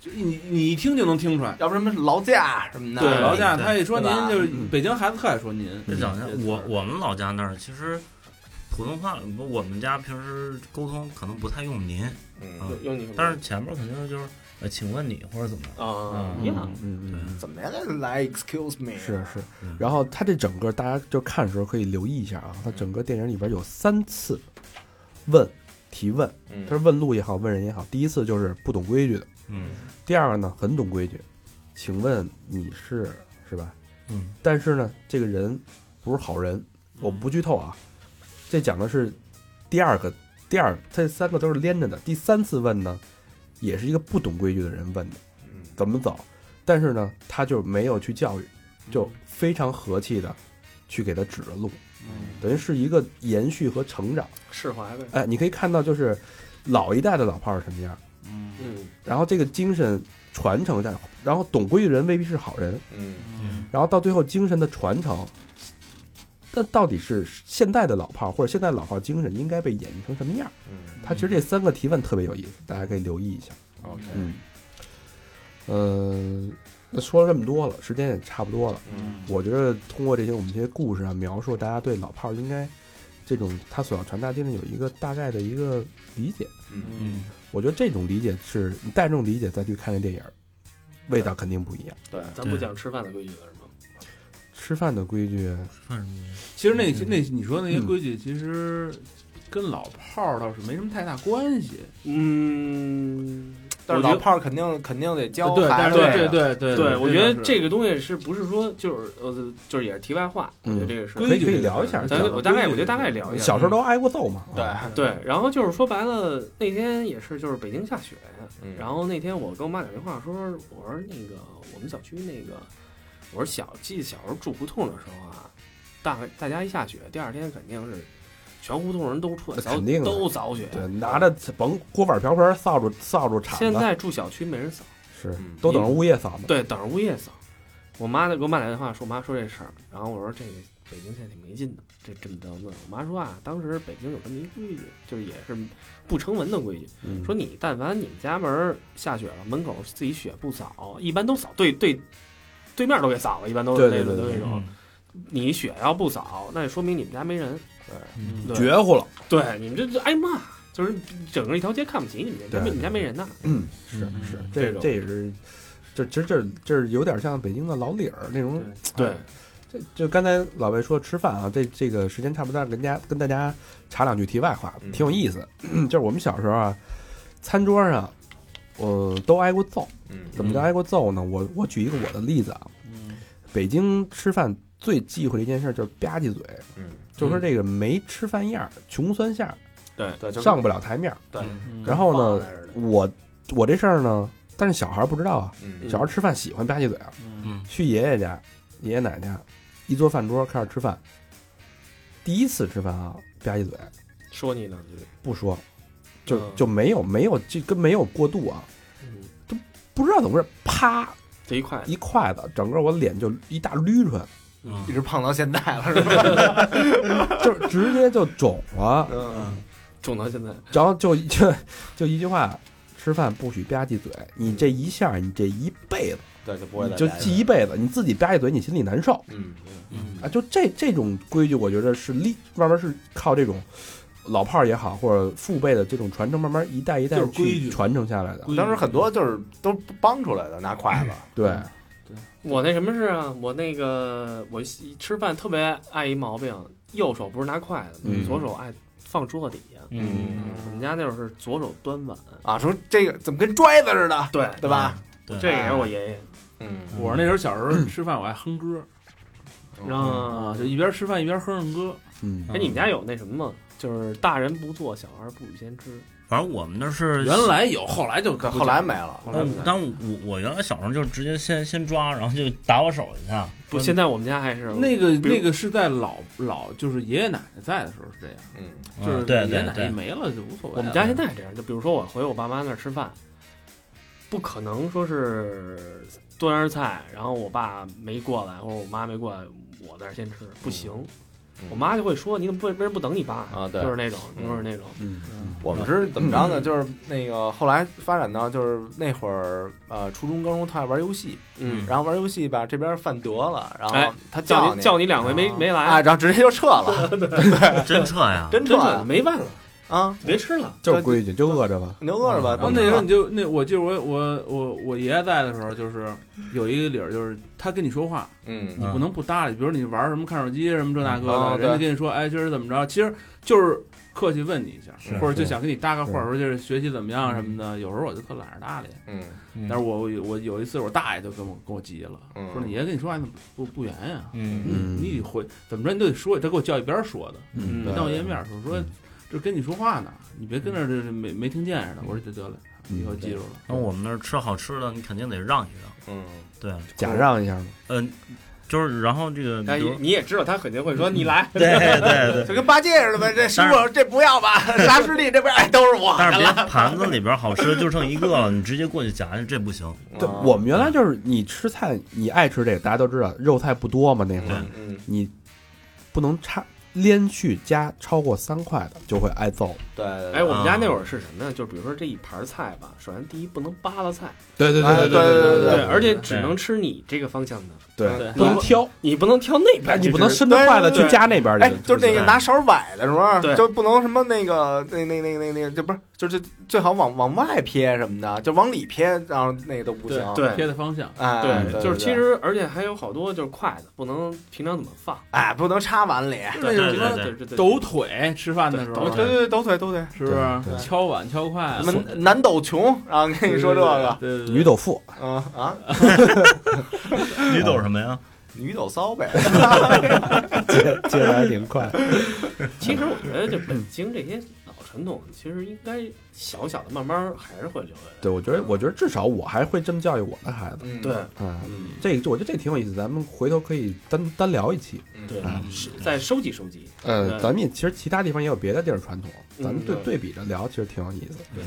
Speaker 6: 就你你一听就能听出来。
Speaker 4: 要不什么劳驾什么的，
Speaker 3: 对
Speaker 6: 老贾
Speaker 5: 对
Speaker 6: 他一说您
Speaker 4: 对吧
Speaker 6: 就是北京孩子特爱说您，嗯
Speaker 5: 这讲
Speaker 6: 这
Speaker 5: 究
Speaker 6: 词，儿
Speaker 5: 我我们老家那儿其实普通话，不我们家平时沟通可能不太用您，
Speaker 4: 嗯
Speaker 5: 啊
Speaker 3: 有有你们，
Speaker 5: 但是前面肯定就是呃，请问你或者怎么样，
Speaker 3: 啊
Speaker 5: 嗯
Speaker 3: 一样，
Speaker 2: 嗯嗯，
Speaker 4: 怎么样来？Excuse me，
Speaker 2: 是是
Speaker 5: 嗯。
Speaker 2: 然后它这整个大家就看的时候可以留意一下啊，它整个电影里边有三次问提问，
Speaker 4: 嗯
Speaker 2: 它是问路也好，问人也好。第一次就是不懂规矩的，
Speaker 5: 嗯
Speaker 2: 第二个呢很懂规矩，请问你是是吧？
Speaker 5: 嗯
Speaker 2: 但是呢，这个人不是好人，我们不剧透啊。这讲的是第二个，第二这三个都是连着的。第三次问呢，也是一个不懂规矩的人问的，
Speaker 4: 嗯
Speaker 2: 怎么走？但是呢，他就没有去教育，嗯就非常和气的去给他指了路，等于是一个延续和成长。
Speaker 3: 释怀呗，
Speaker 2: 哎，你可以看到，就是老一代的老炮儿是什么样，
Speaker 6: 嗯，
Speaker 3: 嗯，
Speaker 2: 然后这个精神传承下来，然后懂规矩的人未必是好人，
Speaker 4: 嗯
Speaker 5: 嗯
Speaker 2: 然后到最后精神的传承，那到底是现在的老炮儿或者现在老炮儿精神应该被演绎成什么样儿？
Speaker 4: 嗯
Speaker 2: 他其实这三个提问特别有意思，大家可以留意一下。
Speaker 4: ，OK，
Speaker 2: 嗯，呃，那说了这么多了，时间也差不多了。
Speaker 4: 嗯
Speaker 2: 我觉得通过这些我们这些故事啊，描述大家对老炮儿应该这种他所要传达精神有一个大概的一个理解。
Speaker 4: 嗯
Speaker 5: 嗯，
Speaker 2: 我觉得这种理解是你带这种理解再去看这电影儿，味道肯定不一样。
Speaker 3: 对，嗯咱
Speaker 5: 对
Speaker 3: 不讲吃饭的规矩了是吗？
Speaker 2: 吃饭的规矩，
Speaker 5: 算什么？
Speaker 6: 其实那些那你说那些
Speaker 2: 嗯
Speaker 6: 规矩，其实跟老炮儿倒是没什么太大关系。
Speaker 3: 嗯，
Speaker 4: 但
Speaker 3: 我
Speaker 4: 是
Speaker 3: 觉
Speaker 4: 老
Speaker 3: 得
Speaker 4: 炮儿肯定肯定得教
Speaker 6: 对，
Speaker 4: 孩
Speaker 6: 但
Speaker 4: 子
Speaker 6: 是
Speaker 4: 的，
Speaker 6: 对对对
Speaker 3: 对，我觉得
Speaker 6: 个
Speaker 3: 这个东西是不是说就是呃，就是也是题外话，我觉得
Speaker 2: 嗯
Speaker 3: 这个是
Speaker 2: 可以
Speaker 6: 规矩
Speaker 2: 可以
Speaker 6: 这个
Speaker 2: 聊一下
Speaker 6: 事
Speaker 2: 儿。
Speaker 3: 咱
Speaker 6: 儿
Speaker 2: 讲
Speaker 3: 我大概我觉得大概聊一下，
Speaker 2: 小时候都挨过揍嘛。
Speaker 4: 对
Speaker 2: 啊，
Speaker 3: 对，然后就是说白了，那天也是就是北京下雪，
Speaker 4: 嗯
Speaker 3: 然后那天我跟我妈打电话说，我说那个我们小区那个，我说小记得小时候住胡同的时候啊，大大家一下雪，第二天肯定是全胡同人都出来
Speaker 2: 那肯定
Speaker 3: 扫，
Speaker 2: 的
Speaker 3: 都扫雪。
Speaker 2: 对，拿着甭锅碗瓢盆、扫帚、扫帚、铲
Speaker 3: 现
Speaker 2: 子，
Speaker 3: 在住小区没人扫，
Speaker 2: 是
Speaker 4: 嗯
Speaker 2: 都等着物业扫呢。
Speaker 3: 对，等着物业扫。我妈呢给我妈打电话说，我妈说这事儿，然后我说这个北京现在挺没劲的，这这么着问。我妈说啊，当时北京有这么一规矩，就是也是不成文的规矩，
Speaker 2: 嗯
Speaker 3: 说你但凡你们家门儿下雪了，门口自己雪不扫，一般都扫对对对面都给扫了，一般都是
Speaker 2: 对
Speaker 3: 那
Speaker 2: 对
Speaker 3: 种
Speaker 2: 对
Speaker 3: 那种。你雪要不扫，那就说明你们家没人，
Speaker 5: 嗯
Speaker 3: 对
Speaker 2: 绝乎了，
Speaker 3: 对，你们这这挨骂，就是整个一条街看不起你们家，
Speaker 2: 对
Speaker 3: 你们家没人呐。
Speaker 2: 嗯，是
Speaker 5: 嗯
Speaker 2: 是，
Speaker 3: 这
Speaker 2: 这
Speaker 3: 种
Speaker 2: 这也是，这这这这有点像北京的老李儿那种。啊
Speaker 3: 对，
Speaker 2: 这就刚才老魏说吃饭啊，这这个时间差不多，跟大家跟大家插两句题外话，
Speaker 4: 嗯
Speaker 2: 挺有意思。 就是我们小时候啊，餐桌上，呃，都挨过揍。
Speaker 4: 嗯
Speaker 2: 怎么叫挨过揍呢？我我举一个我的例子啊，北京吃饭最忌讳的一件事就是吧唧嘴，
Speaker 4: 嗯，
Speaker 2: 就说这个没吃饭样儿，穷酸相儿，
Speaker 4: 对，就是
Speaker 2: 上不了台面儿。
Speaker 4: 对，
Speaker 2: 然后
Speaker 3: 棒
Speaker 2: 呢
Speaker 3: 来着的，
Speaker 2: 我我这事儿呢，但是小孩儿不知道啊，
Speaker 4: 嗯
Speaker 2: 小孩儿吃饭喜欢吧唧嘴啊。
Speaker 5: 嗯
Speaker 2: 去爷爷家、爷爷奶奶家，一坐饭桌开始吃饭，第一次吃饭啊，吧唧嘴
Speaker 3: 说你两句，
Speaker 2: 不说，就
Speaker 3: 嗯
Speaker 2: 就没有没有这跟没有过渡啊，
Speaker 3: 嗯，
Speaker 2: 不知道怎么回事，啪
Speaker 3: 这一块
Speaker 2: 一筷子，整个我脸就一大捋唇，
Speaker 4: 一
Speaker 5: 嗯
Speaker 4: 直胖到现在了，是吧？
Speaker 2: 就是直接就肿了。
Speaker 4: 嗯
Speaker 3: 种到现在，
Speaker 2: 然后就 就就一句话，吃饭不许吧唧嘴，你这一下，你这一辈子
Speaker 4: 对，就不会
Speaker 2: 你
Speaker 4: 再
Speaker 2: 就
Speaker 4: 来了
Speaker 2: 记一辈子，你自己吧唧嘴，你心里难受
Speaker 4: 嗯
Speaker 5: 嗯
Speaker 2: 啊。就这这种规矩，我觉得是立慢慢是靠这种老炮儿也好，或者父辈的这种传承，慢慢一代一代
Speaker 6: 就是规
Speaker 2: 去
Speaker 6: 矩
Speaker 2: 传承下来的。
Speaker 6: 规矩
Speaker 4: 当时很多就是都帮出来的，拿筷子，
Speaker 2: 对，
Speaker 3: 我那什么事啊？我那个我一吃饭特别爱一毛病，右手不是拿筷子，
Speaker 2: 嗯
Speaker 3: 左手爱放桌子底下。
Speaker 5: 嗯，
Speaker 3: 我们家那会儿是左手端碗，
Speaker 4: 啊，说这个怎么跟拽子似的，
Speaker 3: 对，
Speaker 4: 对吧？
Speaker 5: 对，
Speaker 3: 这也是我爷爷。
Speaker 4: 嗯
Speaker 6: 我那时候小时候吃饭，我爱哼歌
Speaker 3: 然后
Speaker 4: 嗯
Speaker 6: 啊，就一边吃饭一边哼哼歌。
Speaker 2: 嗯，
Speaker 3: 哎，你们家有那什么吗？就是大人不做，小孩不与先知。
Speaker 5: 反正我们那是
Speaker 6: 原来有，后来就
Speaker 4: 可
Speaker 6: 不
Speaker 4: 后来
Speaker 6: 讲
Speaker 4: 没了，
Speaker 3: 后来
Speaker 5: 但
Speaker 3: 不敢
Speaker 5: 但我我原来小时候就是直接先先抓，然后就打我手一下。
Speaker 3: 不，现在我们家还是
Speaker 6: 那个
Speaker 3: 比如
Speaker 6: 那个是在老老就是爷爷奶奶在的时候是这样，
Speaker 4: 嗯
Speaker 5: 嗯
Speaker 6: 就是
Speaker 5: 对
Speaker 6: 爷爷
Speaker 5: 对
Speaker 6: 奶奶
Speaker 5: 对，
Speaker 6: 没了就无所谓了。
Speaker 3: 我们家现在这样，就比如说我回我爸妈那儿吃饭，不可能说是端着菜，然后我爸没过来或者我妈没过来，我在这儿先吃，不行。
Speaker 4: 嗯
Speaker 3: 我妈就会说：“你怎么不为什么不等你爸呀
Speaker 4: 啊对
Speaker 3: 就是那种，
Speaker 4: 嗯
Speaker 3: 就是那种，
Speaker 6: 嗯，
Speaker 4: 我们是怎么着呢？嗯就是那个后来发展到就是那会儿呃初中高中特爱玩游戏，
Speaker 3: 嗯，
Speaker 4: 然后玩游戏吧这边犯得了，然
Speaker 3: 哎
Speaker 4: 后他
Speaker 3: 叫
Speaker 4: 你
Speaker 3: 你叫你两回没没
Speaker 4: 啊，
Speaker 3: 来，
Speaker 4: 然后直接就撤了
Speaker 5: 真撤呀！
Speaker 4: 真撤
Speaker 3: 真
Speaker 4: 了
Speaker 3: 的没办法，
Speaker 4: 啊，
Speaker 3: 别吃了。
Speaker 2: 就是规矩，就饿着吧。
Speaker 4: 你就饿着吧。
Speaker 6: 然后那时候你就那，我记得我我我我爷爷在的时候，就是有一个理儿，就是他跟你说话，
Speaker 4: 嗯
Speaker 6: 你不能不搭理。比如你玩什么看手机什么这那
Speaker 4: 哦
Speaker 6: 个的，人家
Speaker 4: 对
Speaker 6: 跟你说，哎，今儿怎么着？其实就是客气问你一下
Speaker 5: 是，
Speaker 6: 或者就是想跟你搭个话，
Speaker 2: 是
Speaker 6: 说就是学习怎么样什么的。有时候我就特懒得搭理。
Speaker 4: 嗯
Speaker 6: 但是我我我有一次我大爷就跟我跟我急了，
Speaker 4: 嗯
Speaker 6: 说你爷跟你说话怎么不不圆呀？
Speaker 5: 嗯
Speaker 2: 嗯
Speaker 6: 你得回怎么着你都得说，他给我叫一边儿说的，
Speaker 2: 嗯
Speaker 6: 没
Speaker 4: 对
Speaker 6: 到我爷面儿说说这跟你说话呢，你别跟那儿这这没没听见似的。我说得得了，以后记住了。
Speaker 5: 那我们那儿吃好吃的，你肯定得让一让。
Speaker 4: 嗯，
Speaker 5: 对，
Speaker 2: 假让一下嘛，
Speaker 5: 嗯，就是然后这个，
Speaker 3: 哎
Speaker 5: 比如，
Speaker 3: 你也知道他肯定会说你来，
Speaker 5: 对对对，
Speaker 4: 就跟八戒似的呗，这师
Speaker 5: 当
Speaker 4: 傅这不要吧， 沙师弟这边哎都是我
Speaker 5: 但是
Speaker 4: 的
Speaker 5: 别
Speaker 4: 了。
Speaker 5: 盘子里边好吃的就剩一个了，你直接过去夹，这不行。
Speaker 2: 对，
Speaker 4: 啊
Speaker 2: 我们原来就是你吃菜，你爱吃这个，大家都知道，肉菜不多嘛，那会儿
Speaker 5: 对
Speaker 4: 嗯
Speaker 2: 你不能差连续加超过三块的就会挨揍。
Speaker 4: 对对
Speaker 3: 哎，我们家那会儿是什么呀？就是比如说这一盘菜吧，首先第一不能扒拉菜，
Speaker 2: 对哎对
Speaker 4: 对对对对对
Speaker 3: 而且只能吃你这个方向的，
Speaker 2: 对
Speaker 6: 对
Speaker 2: 不能挑，哎
Speaker 3: 你不能挑那边，
Speaker 2: 你不
Speaker 3: 这
Speaker 2: 能
Speaker 3: 是
Speaker 2: 伸着筷子去夹那边
Speaker 4: 哎
Speaker 2: 去，，
Speaker 4: 就是那个拿勺崴的时候，
Speaker 3: 对
Speaker 4: 就不能什么那个那那那那那，就不是，就是最好往往外撇什么的，就往里撇，然后那个都不行。
Speaker 3: 对
Speaker 6: 贴的方向，
Speaker 4: 哎，
Speaker 3: 对，
Speaker 4: 对，
Speaker 3: 就是其
Speaker 4: 对
Speaker 3: 实，而且还有好多就是筷子不能平常怎么放，
Speaker 4: 哎，不能插碗里。
Speaker 3: 那
Speaker 5: 对
Speaker 3: 种
Speaker 5: 对
Speaker 3: 什
Speaker 5: 对
Speaker 3: 么
Speaker 5: 对
Speaker 3: 对对
Speaker 6: 抖腿吃饭的时
Speaker 3: 抖
Speaker 6: 候
Speaker 4: 对，对对，抖腿抖腿，
Speaker 6: 是不
Speaker 2: 对
Speaker 6: 是敲碗敲筷
Speaker 4: 什
Speaker 6: 子
Speaker 4: 么？男抖穷，然后跟你说这个，
Speaker 6: 对，对对
Speaker 2: 女斗富，
Speaker 4: 嗯啊，
Speaker 5: 你懂什么呀？
Speaker 4: 女抖骚呗。
Speaker 2: 接接的还挺快。
Speaker 3: 其实我觉得，这北京这些老传统，其实应该小小的慢慢还是会留下来。
Speaker 2: 对，我觉得，我觉得至少我还会这么教育我的孩子。
Speaker 4: 嗯，
Speaker 3: 对
Speaker 2: 嗯，
Speaker 3: 嗯，
Speaker 2: 这个我觉得这挺有意思，咱们回头可以单单聊一期。
Speaker 3: 对
Speaker 2: 啊，
Speaker 3: 是再收集收集。
Speaker 2: 呃，
Speaker 3: 嗯
Speaker 2: 咱们也其实其他地方也有别的地儿传统，咱们对
Speaker 3: 嗯
Speaker 2: 对比着聊，其实挺有意思。
Speaker 5: 对，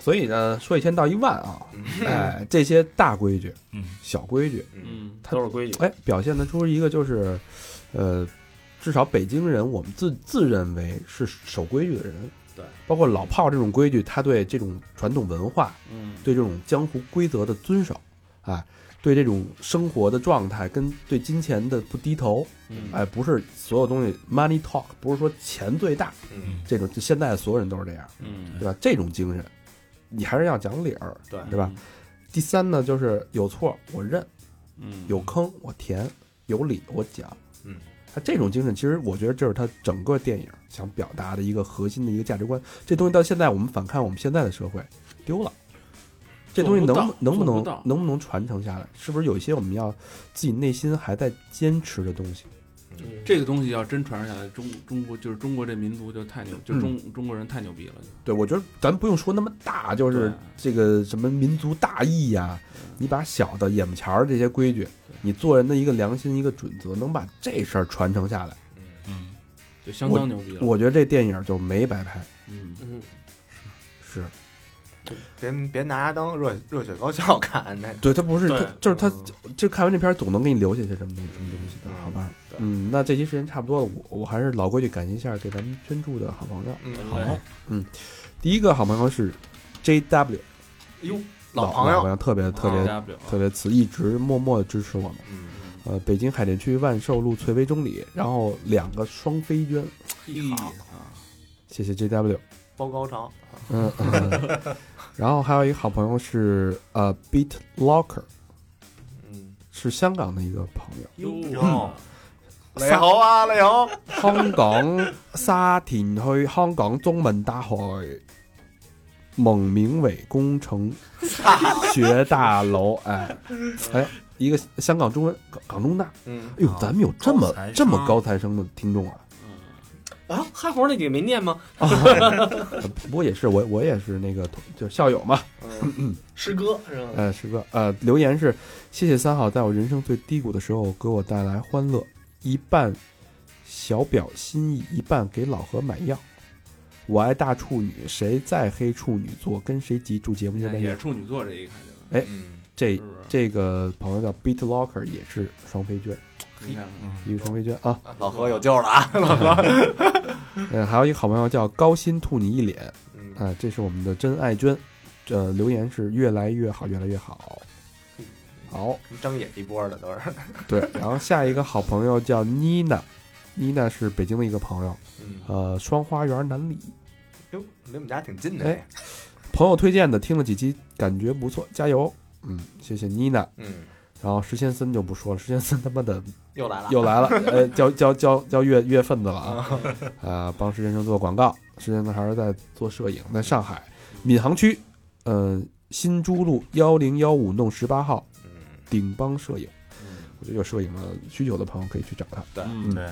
Speaker 2: 所以呢，说一千道一万啊，
Speaker 4: 嗯
Speaker 2: 哎，这些大规矩、
Speaker 5: 嗯
Speaker 2: 小规矩，
Speaker 6: 嗯，
Speaker 2: 他
Speaker 3: 都是规矩，
Speaker 2: 哎，表现得出一个就是，呃，至少北京人我们自自认为是守规矩的人，
Speaker 3: 对，
Speaker 2: 包括老炮这种规矩，他对这种传统文化，
Speaker 6: 嗯，
Speaker 2: 对这种江湖规则的遵守，哎，对这种生活的状态跟对金钱的不低头，
Speaker 6: 嗯
Speaker 2: 哎，不是所有东西 money talk，不是说钱最大
Speaker 4: 嗯
Speaker 2: 这种，就现在所有人都是这样，
Speaker 6: 嗯，
Speaker 2: 对吧？这种精神，你还是要讲理儿，
Speaker 4: 对
Speaker 2: 对吧？？第三呢，就是有错我认，
Speaker 6: 嗯，
Speaker 2: 有坑我填，有理我讲。
Speaker 4: 嗯，
Speaker 2: 他这种精神，其实我觉得这是他整个电影想表达的一个核心的一个价值观。这东西到现在我们反看我们现在的社会丢了，这东西能
Speaker 6: 做不到
Speaker 2: 能不
Speaker 6: 做
Speaker 2: 能
Speaker 6: 不到
Speaker 2: 能不能传承下来？是不是有一些我们要自己内心还在坚持的东西？
Speaker 3: 嗯
Speaker 6: 这个东西要真传下来，中中国就是中国这民族就太牛，就中中国人太牛逼了。
Speaker 2: 对，我觉得咱不用说那么大，就是
Speaker 6: 对
Speaker 2: 这个什么民族大义呀、你把小的眼巴前儿这些规矩，你做人的一个良心一个准则，能把这事儿传承下来，
Speaker 5: 嗯，
Speaker 6: 就相当牛逼了。
Speaker 2: 我觉得这电影就没白拍。
Speaker 6: 嗯，
Speaker 3: 嗯，
Speaker 2: 是
Speaker 4: 别别拿它当热热血高校看，那
Speaker 2: 对他不是，
Speaker 3: 对
Speaker 2: 他就是他，
Speaker 4: 嗯
Speaker 2: 就看完这片儿总能给你留下些什么东西，什么东西的，好吧？
Speaker 4: 对
Speaker 2: 嗯，那这期时间差不多了，我我还是老规矩，感谢一下给咱们捐助的好朋友。
Speaker 4: 嗯，
Speaker 6: 好嘞
Speaker 2: 第一个好朋友是 J W
Speaker 4: 哟，
Speaker 2: 老
Speaker 4: 哎朋友，
Speaker 2: 友，特别特别
Speaker 6: ，W，
Speaker 2: 特别慈，一直默默地支持我们。
Speaker 4: 嗯，
Speaker 2: 呃，北京海淀区万寿路翠微中里，然后两个双飞捐，
Speaker 6: 一好，
Speaker 2: 谢谢 J W。
Speaker 4: 包高潮，
Speaker 2: 嗯，嗯 然后还有一个好朋友是呃 Beat Locker，
Speaker 4: 嗯，
Speaker 2: 是香港的一个朋友。
Speaker 6: 哟，
Speaker 4: 你好啊，你好，
Speaker 2: 香港沙田去香港中文大学蒙明伟工程学大楼，哎哎，一个香港中文港港中大，
Speaker 4: 嗯，
Speaker 2: 哎呦，咱们有这么
Speaker 5: 高材生
Speaker 2: 这么高材生的听众啊！
Speaker 3: 啊，哈佛那几个没念吗？
Speaker 2: 不过也是我我也是那个同就是校友嘛，
Speaker 3: 诗歌是吧？
Speaker 2: 呃，师哥，呃，留言是谢谢三好在我人生最低谷的时候给我带来欢乐，一半小表心意，一半给老何买药。我爱大处女，谁再黑处女座跟谁急，祝节目越办
Speaker 6: 哎也
Speaker 2: 越
Speaker 6: 是处女座这一看就
Speaker 2: 哎
Speaker 4: 嗯，
Speaker 2: 这
Speaker 6: 是不是？
Speaker 2: 这个朋友叫 Beat Locker，也是双飞卷，
Speaker 6: 你看看，
Speaker 2: 一个双飞卷啊。
Speaker 4: 老何有救了啊！
Speaker 2: 嗯，还有一个好朋友叫高薪吐你一脸
Speaker 4: 嗯，
Speaker 2: 啊，这是我们的真爱娟，呃，留言是越来越好，越来越好。好，
Speaker 4: 张野一波的都是，
Speaker 2: 对，然后下一个好朋友叫妮娜，妮娜是北京的一个朋友，
Speaker 4: 嗯，
Speaker 2: 呃，双花园南里，
Speaker 4: 哟，离我们家挺近的
Speaker 2: 哎，朋友推荐的，听了几期感觉不错，加油，嗯，谢谢妮娜。
Speaker 4: 嗯，
Speaker 2: 然后石先森就不说了，石先森他妈 的
Speaker 4: 又来了，
Speaker 2: 又来了，呃，交交交交月月份子了啊，啊，帮石先生做广告，石先生还是在做摄影，在上海闵行区，呃，新珠路幺零幺五弄十八号
Speaker 4: 嗯，
Speaker 2: 顶帮摄影，
Speaker 4: 嗯，
Speaker 2: 我觉得有摄影的需求的朋友可以去找他。
Speaker 5: 嗯，对，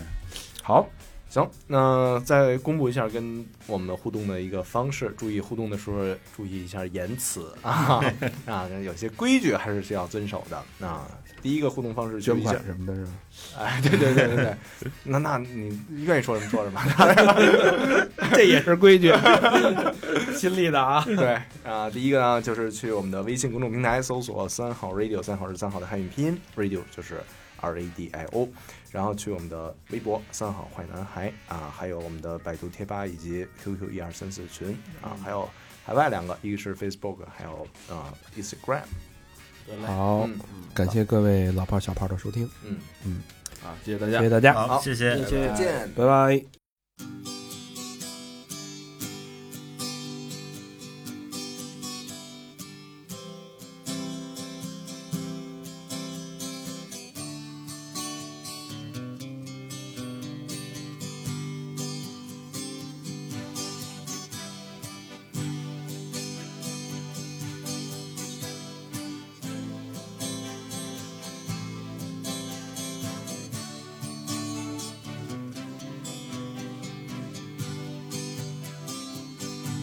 Speaker 2: 好，
Speaker 4: 行，那再公布一下跟我们互动的一个方式，注意互动的时候注意一下言辞 啊啊，有些规矩还是需要遵守的。那第一个互动方式
Speaker 2: 捐
Speaker 4: 注意一下
Speaker 2: 款，什么的是吧？
Speaker 4: 哎， 对对对对 对，那那你愿意说什么说什么，
Speaker 2: 这也是规 矩，亲历的啊。
Speaker 4: 对啊、第一个呢就是去我们的微信公众平台搜索“三好 radio”，三好是三好的汉语拼音，radio 就是 R A D I O，然后去我们的微博“三好坏男孩”啊，还有我们的百度贴吧以及 QQ 一二三四群啊，还有海外两个，一个是 Facebook，还有啊、呃 Instagram，
Speaker 6: 得嘞，
Speaker 2: 好，
Speaker 4: 嗯
Speaker 2: 感谢各位老炮儿小炮儿的收听，
Speaker 4: 嗯，
Speaker 6: 啊，谢谢大
Speaker 2: 谢
Speaker 6: 家
Speaker 2: 谢。大家，
Speaker 5: 好，哎谢谢。
Speaker 4: 再见。
Speaker 2: 拜拜。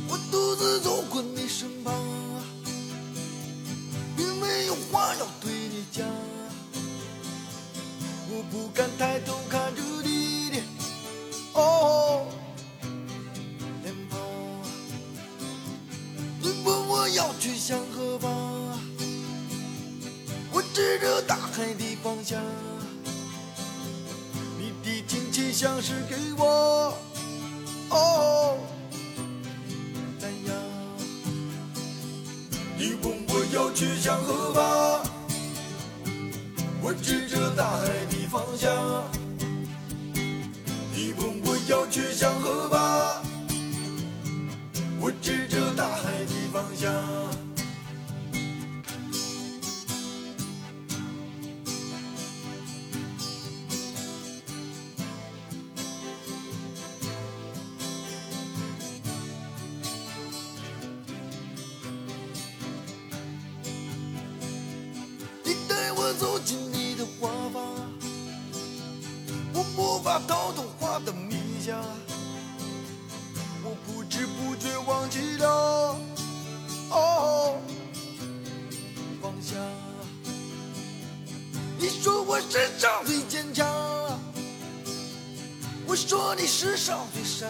Speaker 7: 我独自走过你身旁啊，并没有话要对你讲啊。我不敢抬头看着你的哦脸庞啊，你问我要去向何方啊？我指着大海的方向啊，你的亲切像是给我哦。南洋。你问我要去向何方？我指着大海的方向。你问我要去向何方？我指着大海的方向。你带我走进你的花吧，我无法逃脱花的迷香，我不知不觉忘记了哦方向。你说我世上最坚强，我说你世上最善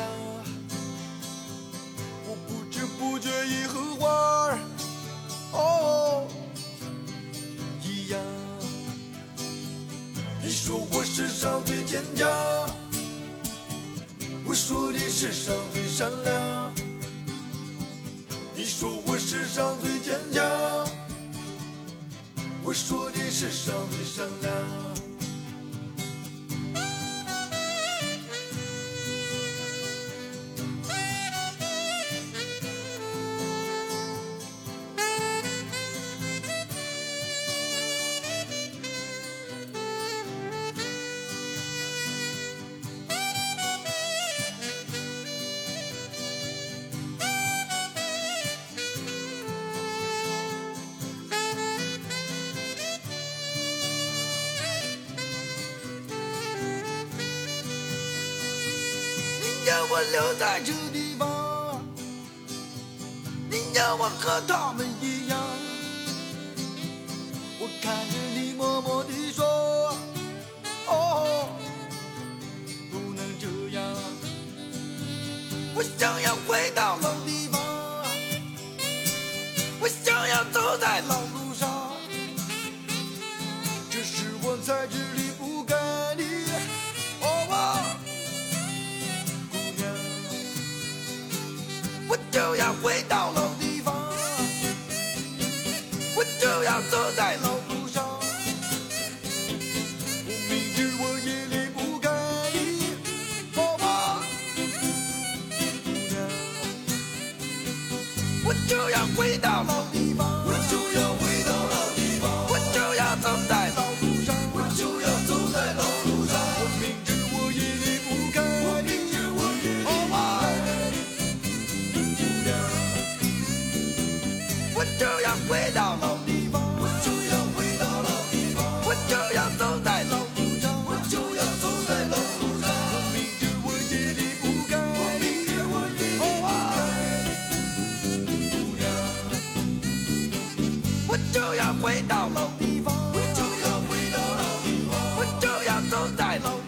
Speaker 7: 我不知不觉已和花儿哦。一样。你说我世上最坚强，我说你世上最善良。你说我世上最坚强，我说你世上最善良。你让我留在这地方，你让我和他们一样。我看着你，默默地说，哦，不能这样。我我想要回到老地方，我想要走在老路上，这是我在这里不该的。哦，哇姑娘，我就要回到老地方，我就要走在老路上。我明知我夜里不该的，哦，哇姑娘，我就要回到老地方，我就要回到老地方，我就要走在老路上，我就要走在老路上。我明知我夜里不该，我明知我夜里不该，我就要回到老地方，我就要回到老地方，我就要走在老路上，我就要走在老路上。我明知我夜里不该，我明知我夜里不该，我就要回到老地方，我就要回到老地方，我就要走在老。